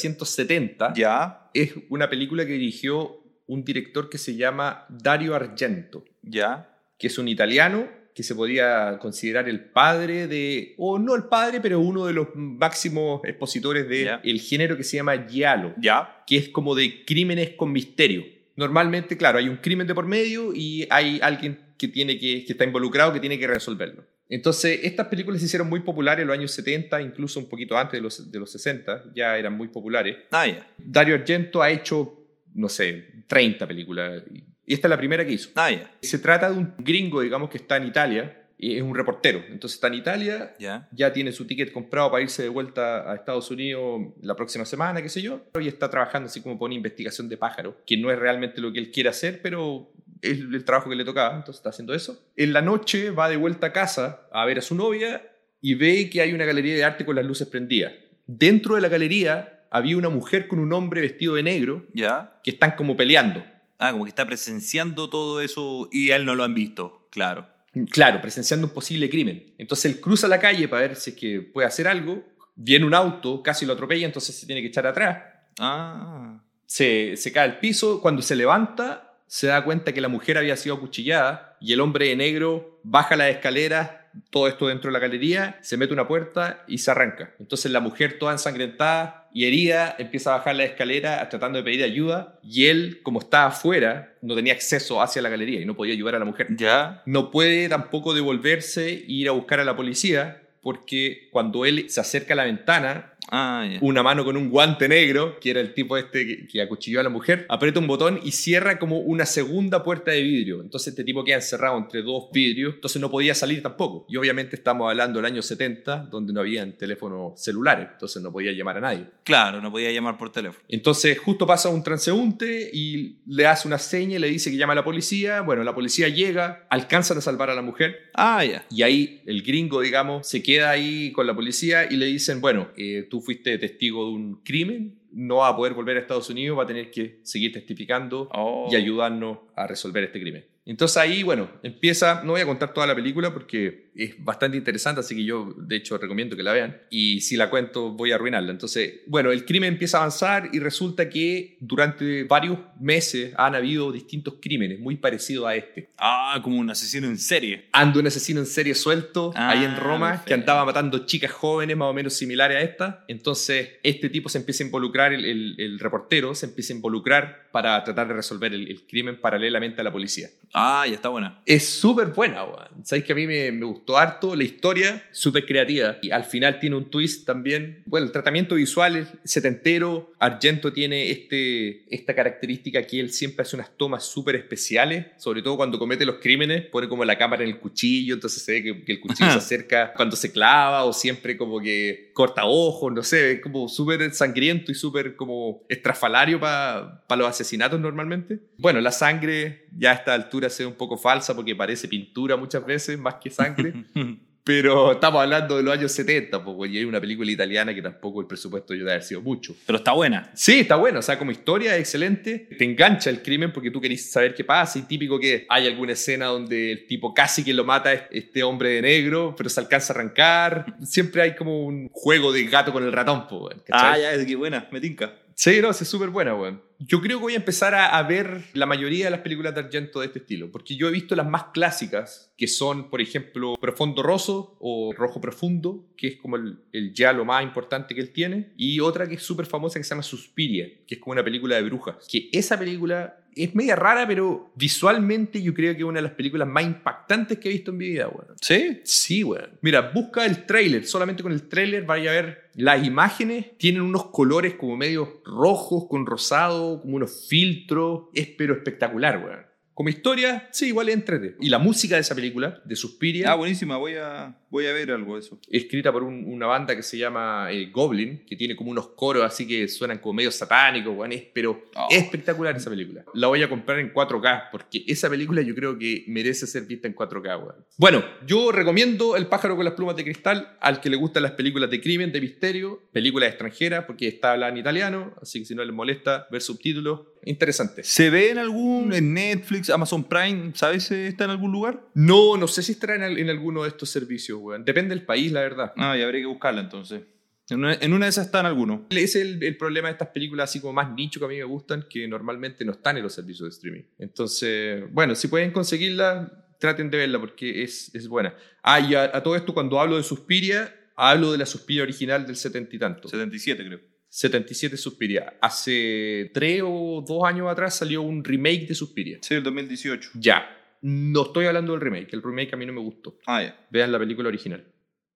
A: 1970.
B: Ya,
A: Es una película que dirigió un director que se llama Dario Argento,
B: ya.
A: que es un italiano que se podía considerar el padre de, o no el padre, pero uno de los máximos expositores del
B: Ya.
A: género que se llama giallo
B: Ya,
A: que es como de crímenes con misterio. Normalmente, claro, hay un crimen de por medio y hay alguien que, tiene que, que está involucrado que tiene que resolverlo. Entonces, estas películas se hicieron muy populares en los años 70, incluso un poquito antes de los, de los 60, ya eran muy populares.
B: ah, ya,
A: Dario Argento ha hecho, no sé, 30 películas y esta es la primera que hizo.
B: ah, ya,
A: Se trata de un gringo, digamos, que está en Italia, y es un reportero. Entonces está en Italia
B: ya,
A: ya tiene su ticket comprado para irse de vuelta a Estados Unidos la próxima semana, qué sé yo, y está trabajando así como por una investigación de pájaro, que no es realmente lo que él quiere hacer, pero es el trabajo que le tocaba, entonces está haciendo eso. En la noche va de vuelta a casa a ver a su novia y ve que hay una galería de arte con las luces prendidas. Dentro de la galería había una mujer con un hombre vestido de negro
B: ya.
A: que están como peleando.
B: Ah, como que está presenciando todo eso y a él no lo han visto, claro.
A: Claro, presenciando un posible crimen. Entonces él cruza la calle para ver si es que puede hacer algo. Viene un auto, casi lo atropella, entonces se tiene que echar atrás.
B: Ah,
A: Se, se cae al piso. Cuando se levanta, se da cuenta que la mujer había sido acuchillada y el hombre de negro baja las escaleras, todo esto dentro de la galería, se mete una puerta y se arranca. Entonces la mujer toda ensangrentada y herida empieza a bajar la escalera tratando de pedir ayuda y él, como estaba afuera, no tenía acceso hacia la galería y no podía ayudar a la mujer
B: ya,
A: no puede tampoco devolverse e ir a buscar a la policía porque cuando él se acerca a la ventana
B: Ah, ya.
A: una mano con un guante negro, que era el tipo este que, que acuchilló a la mujer, aprieta un botón y cierra como una segunda puerta de vidrio. Entonces este tipo queda encerrado entre dos vidrios, entonces no podía salir tampoco. Y obviamente estamos hablando del año 70, donde no habían teléfonos celulares, entonces no podía llamar a nadie.
B: Claro, no podía llamar por teléfono.
A: Entonces justo pasa un transeúnte y le hace una seña y le dice que llama a la policía. Bueno, la policía llega, alcanzan a salvar a la mujer,
B: Ah, ya.
A: y ahí el gringo, digamos, se queda ahí con la policía y le dicen, bueno, eh, tú fuiste testigo de un crimen, no va a poder volver a Estados Unidos, va a tener que seguir testificando
B: Oh.
A: y ayudarnos a resolver este crimen. Entonces ahí, bueno, empieza, no voy a contar toda la película porque es bastante interesante, así que yo de hecho recomiendo que la vean y si la cuento voy a arruinarla. Entonces, bueno, el crimen empieza a avanzar y resulta que durante varios meses han habido distintos crímenes muy parecidos a este
B: Ah, como un asesino en serie.
A: ando un asesino en serie suelto
B: Ah,
A: ahí en Roma
B: perfecto.
A: que andaba matando chicas jóvenes más o menos similares a esta. Entonces este tipo se empieza a involucrar, el, el- el reportero se empieza a involucrar para tratar de resolver el, el crimen paralelamente a la policía.
B: Ah, ya está buena.
A: Es súper buena, weón. Sabéis que a mí me, me gustó harto la historia, súper creativa. Y al final tiene un twist también. Bueno, el tratamiento visual es setentero. Argento tiene este, esta característica que él siempre hace unas tomas súper especiales, sobre todo cuando comete los crímenes. Pone como la cámara en el cuchillo, entonces se ve que, que el cuchillo se acerca cuando se clava o siempre como que corta ojos, no sé. Es como súper sangriento y súper como estrafalario para los asesinatos normalmente. Bueno, la sangre ya a esta altura se ve un poco falsa porque parece pintura muchas veces más que sangre. Pero estamos hablando de los años 70, pues, güey, y hay una película italiana que tampoco el presupuesto ayuda a haber sido mucho.
B: Pero está buena.
A: Sí, está bueno, o sea, como historia es excelente, te engancha el crimen porque tú querés saber qué pasa y típico que hay alguna escena donde el tipo casi que lo mata es este hombre de negro, pero se alcanza a arrancar, siempre hay como un juego de gato con el ratón, pues, güey, ¿cachai?
B: Ah, ya, es que buena. Me tinca.
A: Sí, no, sí, es súper buena, weón. Yo creo que voy a empezar a, a ver la mayoría de las películas de Argento de este estilo, porque yo he visto las más clásicas, que son, por ejemplo, Profundo Rosso o Rojo Profundo, que es como el, el ya lo más importante que él tiene, y otra que es súper famosa que se llama Suspiria, que es como una película de brujas, que esa película es media rara, pero visualmente yo creo que es una de las películas más impactantes que he visto en mi vida, weón.
B: ¿Sí?
A: Sí, weón. Mira, busca el tráiler. Solamente con el tráiler vaya a ver las imágenes. Tienen unos colores como medio rojos con rosado, como unos filtros. Es pero espectacular, weón. Como historia, sí, igual entrete. Y la música de esa película, de Suspiria,
B: Ah, buenísima. Voy a, voy a ver algo de eso.
A: escrita por un- una banda que se llama eh, Goblin, que tiene como unos coros así que suenan como medio satánicos, weón. Es pero
B: Oh.
A: espectacular esa película. La voy a comprar en 4K, porque esa película yo creo que merece ser vista en 4K, weón. Bueno, yo recomiendo El pájaro con las plumas de cristal al que le gustan las películas de crimen, de misterio, películas extranjeras, porque está hablada en italiano, así que si no les molesta ver subtítulos, interesante.
B: ¿Se ve en algún, en Netflix, Amazon Prime? ¿Sabes si está en algún lugar?
A: No, no sé si estará en, al- en alguno de estos servicios, weón. Depende del país, la verdad.
B: Ah, y habría que buscarla entonces. En una, en una de esas está en alguno.
A: Ese es el, el problema de estas películas así como más nicho que a mí me gustan, que normalmente no están en los servicios de streaming. Entonces, bueno, si pueden conseguirla, traten de verla porque es, es buena. Ah, y a, a todo esto, cuando hablo de Suspiria, hablo de la Suspiria original del setenta y tanto.
B: 77 creo.
A: 77 Suspiria. Hace tres o dos años atrás salió un remake de Suspiria.
B: Sí, el 2018.
A: Ya. No estoy hablando del remake, el remake a mí no me gustó.
B: Ah, ya.
A: Vean la película original.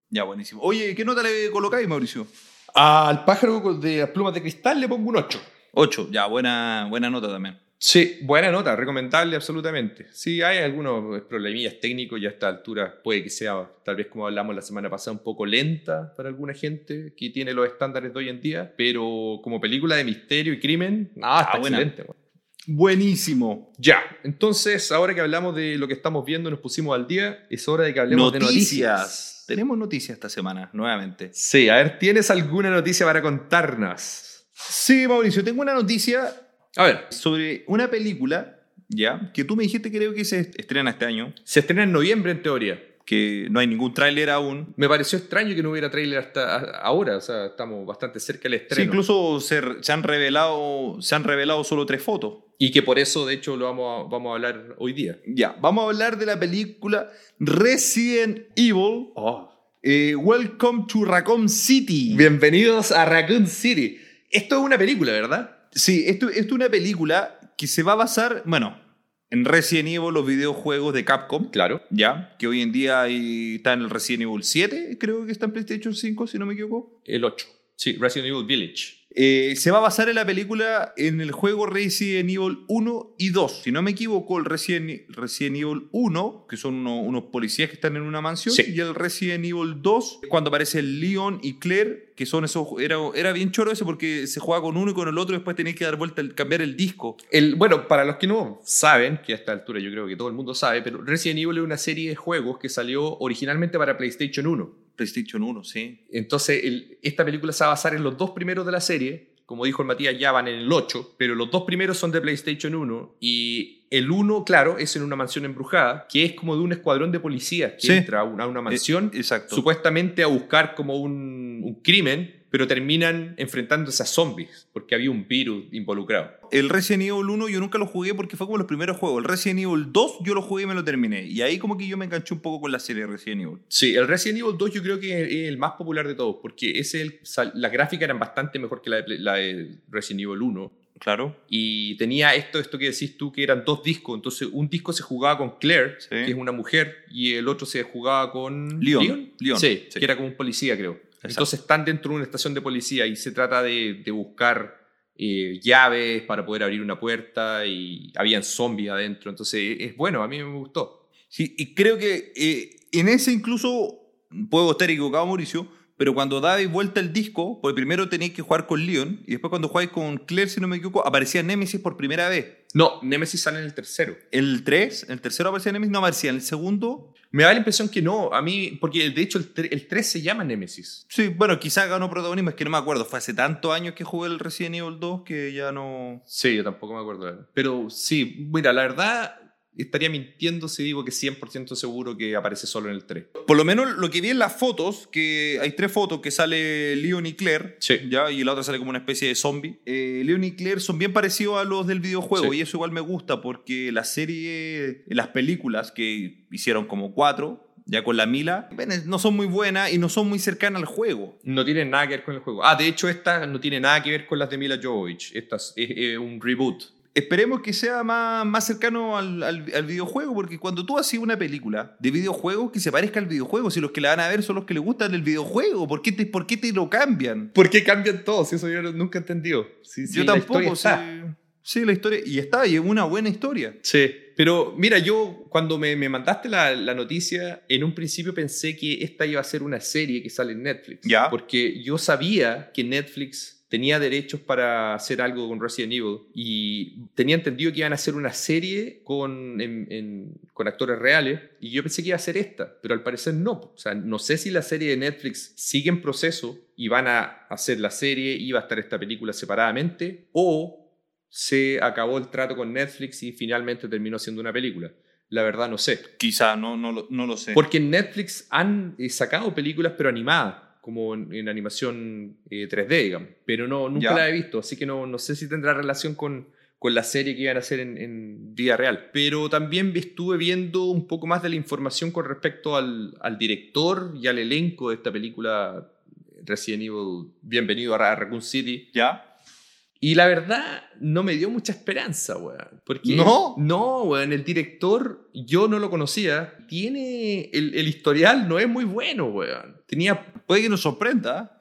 B: Ya, buenísimo. Oye, ¿qué nota le colocáis, Mauricio?
A: Al pájaro de las plumas de cristal le pongo un 8.
B: 8. Ya, buena, buena nota también.
A: Sí, buena nota, recomendable absolutamente. Sí, hay algunos problemillas técnicos y a esta altura puede que sea, tal vez como hablamos la semana pasada, un poco lenta para alguna gente que tiene los estándares de hoy en día, pero como película de misterio y crimen, ah, está
B: Ah, buena.
A: excelente. weón.
B: Buenísimo.
A: Ya, entonces ahora que hablamos de lo que estamos viendo, nos pusimos al día, es hora de que hablemos de noticias.
B: Noticias. Tenemos noticias esta semana, nuevamente.
A: Sí, a ver, ¿tienes alguna noticia para contarnos?
B: Sí, Mauricio, tengo una noticia
A: A ver,
B: sobre una película, ¿ya? Que tú me dijiste creo que se estrena este año,
A: se estrena en noviembre en teoría.
B: que no hay ningún tráiler aún.
A: Me pareció extraño que no hubiera tráiler hasta a- ahora, o sea, estamos bastante cerca del
B: Sí,
A: estreno.
B: incluso se, re- se han revelado, se han revelado solo tres fotos.
A: Y que por eso, de hecho, lo vamos a, vamos a hablar hoy día.
B: Ya, vamos a hablar de la película Resident Evil,
A: Oh.
B: eh, Welcome to Raccoon City.
A: Bienvenidos a Raccoon City. Esto es una película, ¿verdad?
B: Sí, esto, esto es una película que se va a basar, bueno, en Resident Evil, los videojuegos de Capcom.
A: Claro.
B: Ya, que hoy en día ahí está en el Resident Evil 7, creo que está en PlayStation 5, si no me equivoco.
A: El 8. Sí, Resident Evil Village.
B: Eh, se va a basar en la película en el juego Resident Evil 1 y 2. Si no me equivoco, el Resident, Resident Evil 1, que son uno- unos policías que están en una mansión,
A: Sí.
B: y el Resident Evil 2, cuando aparecen Leon y Claire, que son esos. Era, era bien choro ese porque se juega con uno y con el otro, y después tenés que dar vuelta, al- cambiar el disco.
A: El, bueno, para los que no saben, que a esta altura yo creo que todo el mundo sabe, pero Resident Evil es una serie de juegos que salió originalmente para PlayStation 1.
B: PlayStation 1, sí.
A: Entonces, el- esta película se va a basar en los dos primeros de la serie. Como dijo el Matías, ya van en el 8, pero los dos primeros son de PlayStation 1 y el 1, claro, es en una mansión embrujada, que es como de un escuadrón de policías que
B: Sí.
A: entra a una, a una mansión
B: Eh, exacto.
A: supuestamente a buscar como un, un crimen, pero terminan enfrentándose a zombies porque había un virus involucrado.
B: El Resident Evil 1 yo nunca lo jugué porque fue como los primeros juegos. El Resident Evil 2 yo lo jugué y me lo terminé. Y ahí como que yo me enganché un poco con la serie Resident Evil.
A: Sí, el Resident Evil 2 yo creo que es el más popular de todos, porque es el, sal- las gráficas eran bastante mejor que la de, Play- la de Resident Evil 1.
B: Claro.
A: Y tenía esto, esto que decís tú, que eran dos discos. Entonces, un disco se jugaba con Claire,
B: Sí.
A: que es una mujer, y el otro se jugaba con
B: Leon. Leon,
A: Sí,
B: sí.
A: que era como un policía, creo. Entonces,
B: Exacto.
A: están dentro de una estación de policía y se trata de, de buscar eh, llaves para poder abrir una puerta y habían zombies adentro. Entonces, e, es bueno, a mí me gustó.
B: Sí, y creo que eh, en ese incluso, puedo estar equivocado Mauricio, pero cuando dabais vuelta el disco, porque primero tenéis que jugar con Leon, y después cuando jugáis con Claire, si no me equivoco, aparecía Nemesis por primera vez.
A: No, Nemesis sale en el tercero.
B: El 3, el tercero aparecía Nemesis, no aparecía. En el segundo,
A: Me da la impresión que no, a mí, porque de hecho el, tre- el 3 se llama Nemesis.
B: sí, bueno, quizás ganó protagonismo, es que no me acuerdo. Fue hace tantos años que jugué el Resident Evil 2 que ya no...
A: Sí, yo tampoco me acuerdo. la verdad. Pero sí, mira, la verdad estaría mintiendo si digo que 100% seguro que aparece solo en el 3.
B: Por lo menos lo que vi en las fotos, que hay tres fotos que sale Leon y Claire,
A: Sí.
B: ¿ya? y la otra sale como una especie de zombie. Eh, Leon y Claire son bien parecidos a los del videojuego,
A: Sí.
B: y eso igual me gusta porque la serie, las películas que hicieron como cuatro, ya con la Mila, bueno, no son muy buenas y no son muy cercanas al juego.
A: No tiene nada que ver con el juego. Ah, de hecho esta no tiene nada que ver con las de Mila Jovovich. Esta es, es- es un reboot.
B: Esperemos que sea más, más cercano al, al- al videojuego, porque cuando tú haces una película de videojuego, que se parezca al videojuego, si los que la van a ver son los que les gustan el videojuego, ¿por qué te, por qué te lo cambian?
A: ¿Por qué cambian todos? Eso yo no- nunca he entendido. Sí, sí,
B: yo
A: la
B: tampoco.
A: historia
B: sí.
A: está.
B: Sí, la historia. Y está, y es una buena historia.
A: Sí, pero mira, yo cuando me, me mandaste la, la noticia, en un principio pensé que esta iba a ser una serie que sale en Netflix.
B: Ya.
A: Porque yo sabía que Netflix tenía derechos para hacer algo con Resident Evil y tenía entendido que iban a hacer una serie con, en- en- con actores reales y yo pensé que iba a ser esta, pero al parecer no. O sea, no sé si la serie de Netflix sigue en proceso y van a hacer la serie y va a estar esta película separadamente o se acabó el trato con Netflix y finalmente terminó siendo una película. La verdad no sé.
B: Quizá, no, no, lo, no lo sé.
A: Porque en Netflix han eh, sacado películas pero animadas, como en, en animación eh, 3D, digamos. Pero no, nunca
B: Ya.
A: la he visto, así que no, no sé si tendrá relación con, con la serie que iban a hacer en, en vida real. Pero también estuve viendo un poco más de la información con respecto al, al director y al elenco de esta película Resident Evil, Bienvenido a Ra- Raccoon City.
B: ¿Ya?
A: Y la verdad, no me dio mucha esperanza, weón. Porque,
B: ¿No?
A: No, weón. El director, yo no lo conocía. Tiene. El, el historial no es muy bueno, weón. Tenía,
B: Puede que nos sorprenda.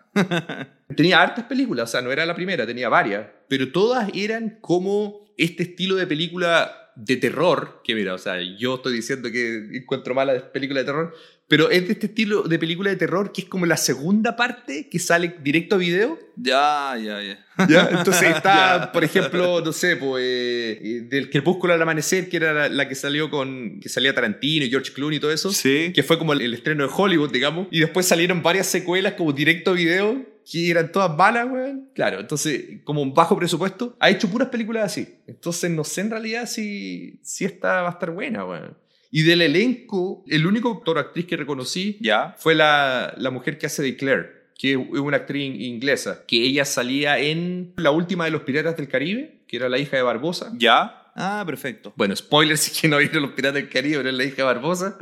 A: tenía hartas películas, o sea, no era la primera, tenía varias. Pero todas eran como este estilo de película de terror. Que mira, o sea, yo estoy diciendo que encuentro malas películas de terror. Pero es de este estilo de película de terror que es como la segunda parte que sale directo a video.
B: Ya, ya, ya.
A: ¿Ya? Entonces está,
B: Ya.
A: por ejemplo, no sé, pues, eh, eh, del Crepúsculo al Amanecer, que era la, la que salió con. que salía Tarantino, y George Clooney y todo eso.
B: Sí.
A: Que fue como el, el estreno de Hollywood, digamos. Y después salieron varias secuelas como directo a video, que eran todas malas, weón. Claro, entonces, como un bajo presupuesto, ha hecho puras películas así. Entonces, no sé en realidad si, si esta va a estar buena, weón. Y del elenco, el único actor o actriz que reconocí
B: Ya.
A: fue la, la mujer que hace de Claire, que es una actriz in- inglesa, que ella salía en la última de los Piratas del Caribe, que era la hija de Barbosa.
B: Ya. Ah, perfecto.
A: Bueno, spoilers si que no vieron los Piratas del Caribe, pero es la hija de Barbosa.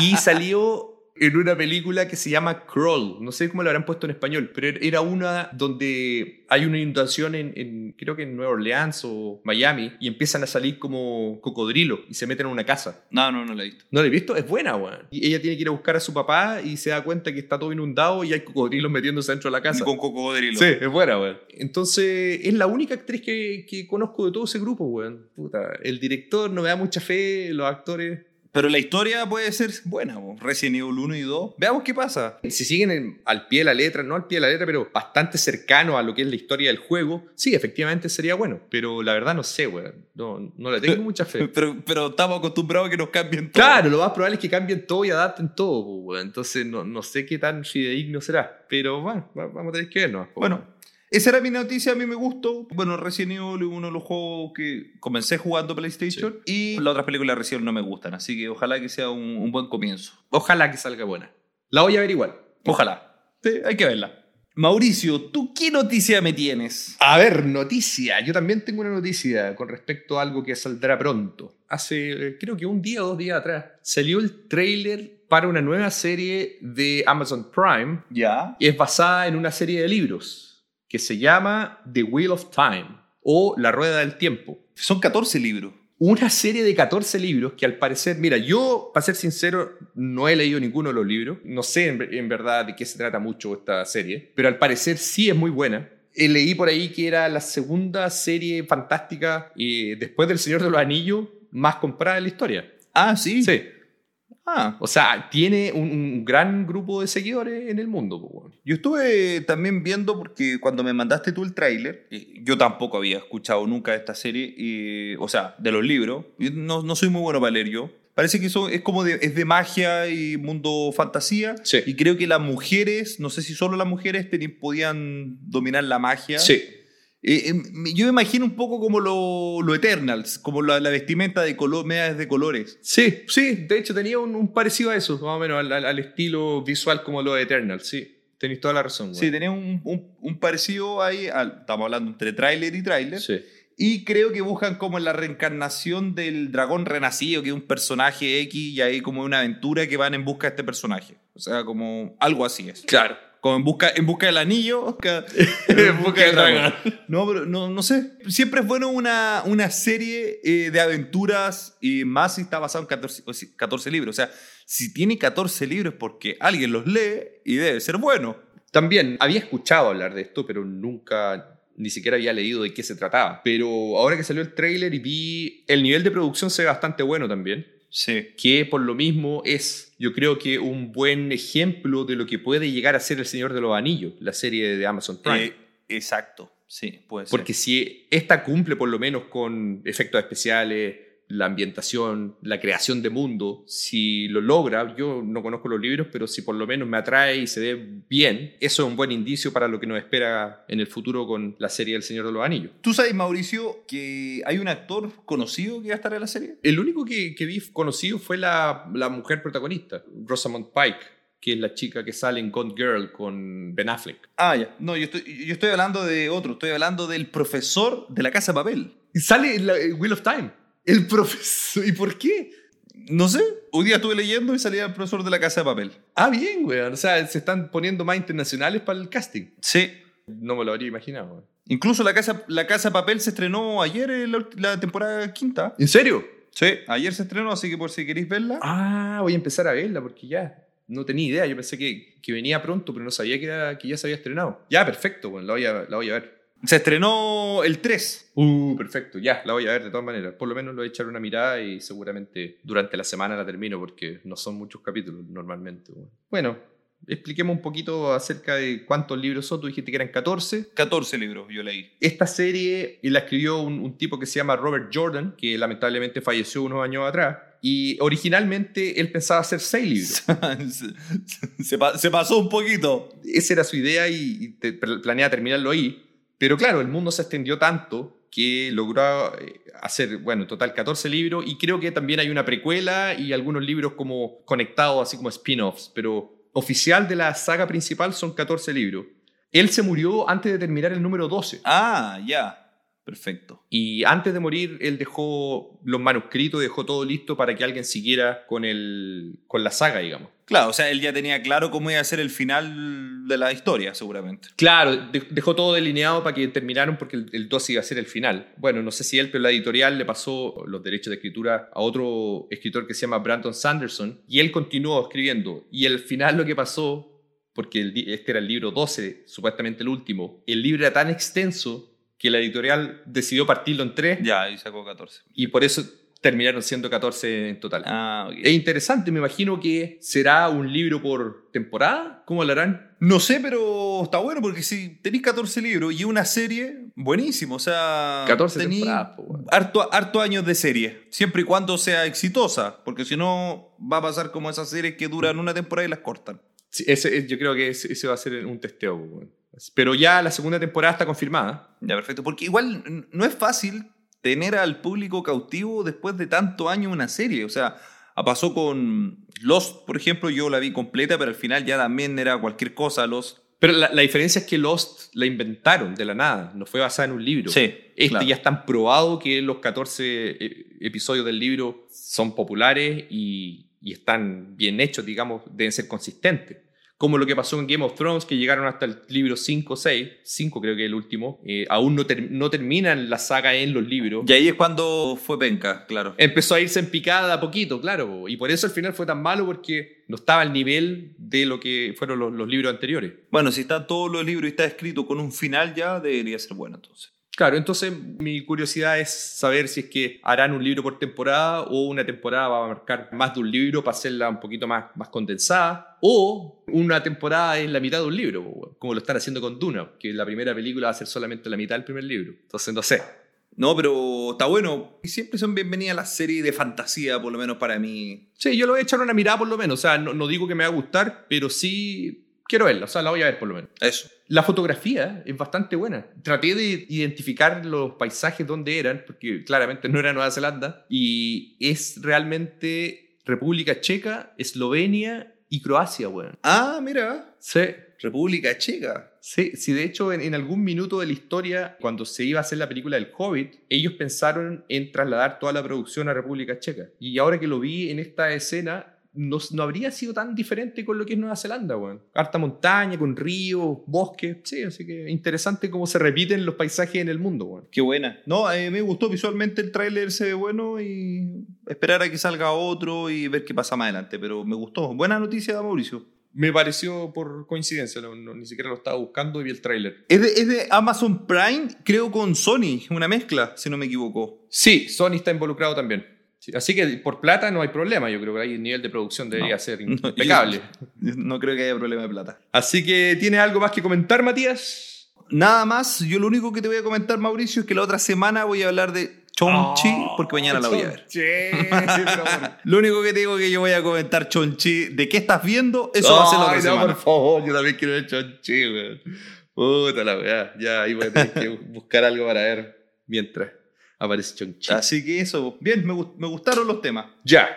A: Y salió en una película que se llama Crawl. No sé cómo lo habrán puesto en español, pero era una donde hay una inundación en, en- creo que en Nueva Orleans o Miami, y empiezan a salir como cocodrilos y se meten en una casa.
B: No, no, no la he visto.
A: ¿No la he visto? Es buena, weón. Y ella tiene que ir a buscar a su papá y se da cuenta que está todo inundado y hay cocodrilos metiéndose dentro de la casa.
B: Con cocodrilo.
A: Sí, es buena, weón. Entonces, es la única actriz que, que conozco de todo ese grupo, weón. Puta, el director no me da mucha fe, los actores.
B: Pero la historia puede ser buena, po. Resident Evil 1 y 2. Veamos qué pasa.
A: Si siguen en- al pie de la letra, no al pie de la letra, pero bastante cercano a lo que es la historia del juego, sí, efectivamente sería bueno. Pero la verdad no sé, weón. No, no le tengo mucha fe.
B: Pero, pero estamos acostumbrados a que nos cambien todo.
A: Claro, lo más probable es que cambien todo y adapten todo, pues, weón. Entonces, no, no sé qué tan fidedigno será. Pero bueno, va- vamos a tener que vernos. pues.
B: Bueno, esa era mi noticia, a mí me gustó. Bueno, Resident Evil es uno de los juegos que comencé jugando PlayStation y las otras películas de Resident Evil no me gustan, así que ojalá que sea un, un buen comienzo.
A: ojalá que salga buena. La voy a ver igual.
B: Ojalá. Sí, hay que verla. Mauricio, ¿tú qué noticia me tienes?
A: A ver, noticia. Yo también tengo una noticia con respecto a algo que saldrá pronto. Hace, eh, creo que un día o dos días atrás, salió el tráiler para una nueva serie de Amazon Prime
B: Ya.
A: y es basada en una serie de libros que se llama The Wheel of Time o La Rueda del Tiempo.
B: Son 14 libros.
A: Una serie de 14 libros que al parecer, mira, yo, para ser sincero, no he leído ninguno de los libros. No sé en, en verdad de qué se trata mucho esta serie, pero al parecer sí es muy buena. Eh, Leí por ahí que era la segunda serie fantástica eh, después del Señor de los Anillos más comprada en la historia.
B: Ah, sí.
A: Sí.
B: Ah.
A: O sea, tiene un, un gran grupo de seguidores en el mundo. po, weón.
B: Yo estuve también viendo, porque cuando me mandaste tú el tráiler, eh, yo tampoco había escuchado nunca de esta serie, eh, o sea, de los libros. Y No, no soy muy bueno para leer yo. Parece que eso es como de, es de magia y mundo fantasía.
A: Sí.
B: Y creo que las mujeres, no sé si solo las mujeres teni- podían dominar la magia. Eh, eh, me- yo me imagino un poco como lo, lo Eternals, como la, la vestimenta de color, medias de colores.
A: Sí, sí, de hecho tenía un, un parecido a eso, más o menos, al, al- al estilo visual como lo de Eternal, sí. Tenéis toda la razón. weón.
B: Sí, tenía un, un- un parecido ahí, al- estamos hablando entre tráiler y tráiler.
A: sí.
B: Y creo que buscan como la reencarnación del dragón renacido, que es un personaje X, y hay como una aventura que van en busca de este personaje. O sea, como algo así es.
A: Claro.
B: Como en busca, en busca del anillo. busca-
A: En busca del dragón.
B: No, pero no, no sé. Siempre es bueno una, una serie eh, de aventuras y más si está basado en 14, o si- 14 libros. O sea, si tiene 14 libros es porque alguien los lee y debe ser bueno.
A: También había escuchado hablar de esto, pero nunca ni siquiera había leído de qué se trataba. Pero ahora que salió el tráiler y vi el nivel de producción se ve bastante bueno también,
B: Sí.
A: que por lo mismo es, yo creo que un buen ejemplo de lo que puede llegar a ser El Señor de los Anillos, la serie de Amazon Prime.
B: Eh, exacto. Sí, puede ser.
A: Porque si esta cumple por lo menos con efectos especiales, la ambientación, la creación de mundo, si lo logra, yo no conozco los libros, pero si por lo menos me atrae y se ve bien, eso es un buen indicio para lo que nos espera en el futuro con la serie El Señor de los Anillos.
B: ¿Tú sabes, Mauricio, que hay un actor conocido que va a estar en la serie?
A: El único que, que vi conocido fue la, la mujer protagonista, Rosamund Pike, que es la chica que sale en Gone Girl con Ben Affleck.
B: Ah, ya. No, yo estoy, yo estoy hablando de otro. Estoy hablando del profesor de la Casa de Papel.
A: Y sale en la- en Wheel of Time. El profesor. ¿Y por qué?
B: No sé. Un día estuve leyendo y salía el profesor de la Casa de Papel.
A: Ah, bien, weón. O sea, se están poniendo más internacionales para el casting.
B: Sí.
A: No me lo habría imaginado, weón.
B: Incluso la Casa, la casa de Papel se estrenó ayer, en la, ulti- la temporada quinta.
A: ¿En serio?
B: Sí. Ayer se estrenó, así que por si queréis verla.
A: Ah, voy a empezar a verla porque ya no tenía idea. Yo pensé que, que venía pronto, pero no sabía que, era- que ya se había estrenado. Ya, perfecto, weón. La voy a, la voy a ver.
B: Se estrenó el 3.
A: Uh, perfecto. Ya, la voy a ver de todas maneras. Por lo menos le voy a echar una mirada y seguramente durante la semana la termino porque no son muchos capítulos normalmente, weón. Bueno, expliquemos un poquito acerca de cuántos libros son. Tú dijiste que eran 14.
B: 14 libros yo leí.
A: Esta serie la escribió un, un tipo que se llama Robert Jordan, que lamentablemente falleció unos años atrás. Y originalmente él pensaba hacer seis libros.
B: se, se pa- se pasó un poquito.
A: Esa era su idea y, y te- pl- planeaba terminarlo ahí. Pero claro, el mundo se extendió tanto que logró eh, hacer, bueno, en total 14 libros. Y creo que también hay una precuela y algunos libros como conectados, así como spin-offs. Pero oficial de la saga principal son 14 libros. Él se murió antes de terminar el número 12.
B: Ah, ya. Perfecto.
A: Y antes de morir, él dejó los manuscritos, dejó todo listo para que alguien siguiera con, el, con la saga, digamos.
B: Claro, o sea, él ya tenía claro cómo iba a ser el final de la historia, seguramente.
A: Claro, de- dejó todo delineado para que terminaron porque el, el 2 iba a ser el final. Bueno, no sé si él, pero la editorial le pasó los derechos de escritura a otro escritor que se llama Brandon Sanderson y él continuó escribiendo. Y al final lo que pasó, porque el li- este era el libro 12, supuestamente el último, el libro era tan extenso que la editorial decidió partirlo en tres
B: Ya, y sacó 14.
A: y por eso terminaron siendo 14 en total.
B: Ah, ok.
A: Es interesante, me imagino que será un libro por temporada. ¿Cómo lo harán?
B: No sé, pero está bueno porque si tenéis 14 libros y una serie, buenísimo. O sea,
A: 14
B: Ah, tení
A: temporadas, po, weón.
B: harto, harto años de serie, siempre y cuando sea exitosa, porque si no va a pasar como esas series que duran una temporada y las cortan.
A: Sí, ese, es- yo creo que ese, ese va a ser un testeo. weón. Pero ya la segunda temporada está confirmada.
B: Ya, perfecto. Porque igual n- no es fácil tener al público cautivo después de tanto año una serie. O sea, ah, pasó con Lost, por ejemplo, yo la vi completa, pero al final ya también era cualquier cosa Lost.
A: Pero la, la diferencia es que Lost la inventaron de la nada, no fue basada en un libro.
B: Sí,
A: Este
B: claro.
A: ya están probado que los 14 e- episodios del libro son populares y, y están bien hechos, digamos, deben ser consistentes. Como lo que pasó en Game of Thrones, que llegaron hasta el libro 5 o 6, 5 creo que es el último, eh, aún no, ter- no terminan la saga en los libros.
B: Y ahí es cuando fue penca, claro.
A: Empezó a irse en picada de a poquito, claro. Y por eso el final fue tan malo, porque no estaba al nivel de lo que fueron los, los libros anteriores.
B: Bueno, si está todos los libros y está escrito con un final ya, debería ser bueno entonces.
A: Claro, entonces mi curiosidad es saber si es que harán un libro por temporada o una temporada va a marcar más de un libro para hacerla un poquito más, más condensada o una temporada es la mitad de un libro, po, como lo están haciendo con Duna, que la primera película va a ser solamente la mitad del primer libro. Entonces no sé.
B: No, pero está bueno. Y siempre son bienvenidas las series de fantasía, por lo menos para mí.
A: Sí, yo lo voy a echar una mirada por lo menos. O sea, no, no digo que me va a gustar, pero sí quiero verla. O sea, la voy a ver por lo menos.
B: Eso.
A: La fotografía es bastante buena. Traté de identificar los paisajes donde eran, porque claramente no era Nueva Zelanda, y es realmente República Checa, Eslovenia y Croacia, weón.
B: Ah, mira.
A: Sí.
B: República Checa.
A: Sí, sí, de hecho en, en algún minuto de la historia, cuando se iba a hacer la película del Hobbit, ellos pensaron en trasladar toda la producción a República Checa. Y ahora que lo vi en esta escena, no, no habría sido tan diferente con lo que es Nueva Zelanda, weón. Harta montaña, con ríos, bosques, sí, así que interesante cómo se repiten los paisajes en el mundo, weón.
B: Qué buena. No, a mí me gustó visualmente el tráiler, se ve bueno y esperar a que salga otro y ver qué pasa más adelante. Pero me gustó. Buena noticia, Mauricio.
A: Me pareció por coincidencia, no- no- ni siquiera lo estaba buscando y vi el tráiler.
B: Es de, es de Amazon Prime, creo con Sony, una mezcla, si no me equivoco.
A: Sí, Sony está involucrado también. Sí, así que por plata no hay problema, yo creo que ahí el nivel de producción debería
B: No.
A: ser
B: No, yo-
A: impecable.
B: No creo que haya problema de plata.
A: Así que, ¿tienes algo más que comentar, Matías?
B: Nada más, yo lo único que te voy a comentar, Mauricio, es que la otra semana voy a hablar de Chonchi,
A: Oh,
B: porque mañana la voy a ver. Lo único que te digo es que yo voy a comentar Chonchi, de qué estás viendo, eso va a ser la otra
A: Ay, no,
B: semana.
A: por favor, yo también quiero ver Chonchi, weón. Puta la weá. Ya, ahí voy a tener que buscar algo para ver mientras aparece Chonchi.
B: Así que eso, bien, me, gust- me gustaron los temas.
A: Ya.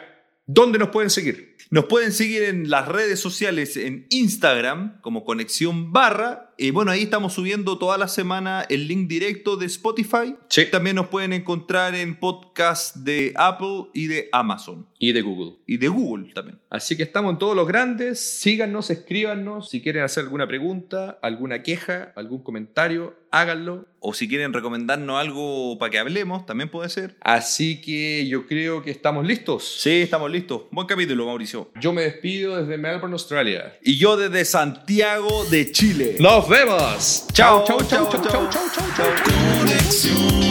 A: ¿Dónde nos pueden seguir?
B: Nos pueden seguir en las redes sociales, en Instagram, como Conexión Barra. Y bueno, ahí estamos subiendo toda la semana el link directo de Spotify.
A: Sí.
B: También nos pueden encontrar en podcast de Apple y de Amazon.
A: Y de Google.
B: Y de Google también.
A: Así que estamos en todos los grandes. Síganos, escríbanos. Si quieren hacer alguna pregunta, alguna queja, algún comentario, háganlo.
B: O si quieren recomendarnos algo para que hablemos, también puede ser.
A: Así que yo creo que estamos listos.
B: Sí, estamos listos. Buen capítulo, Mauricio.
A: Yo me despido desde Melbourne, Australia.
B: Y yo desde Santiago de Chile.
A: Nos vemos. Chao, chao, chao, chao, chao, chao, chao, chao.
B: Conexión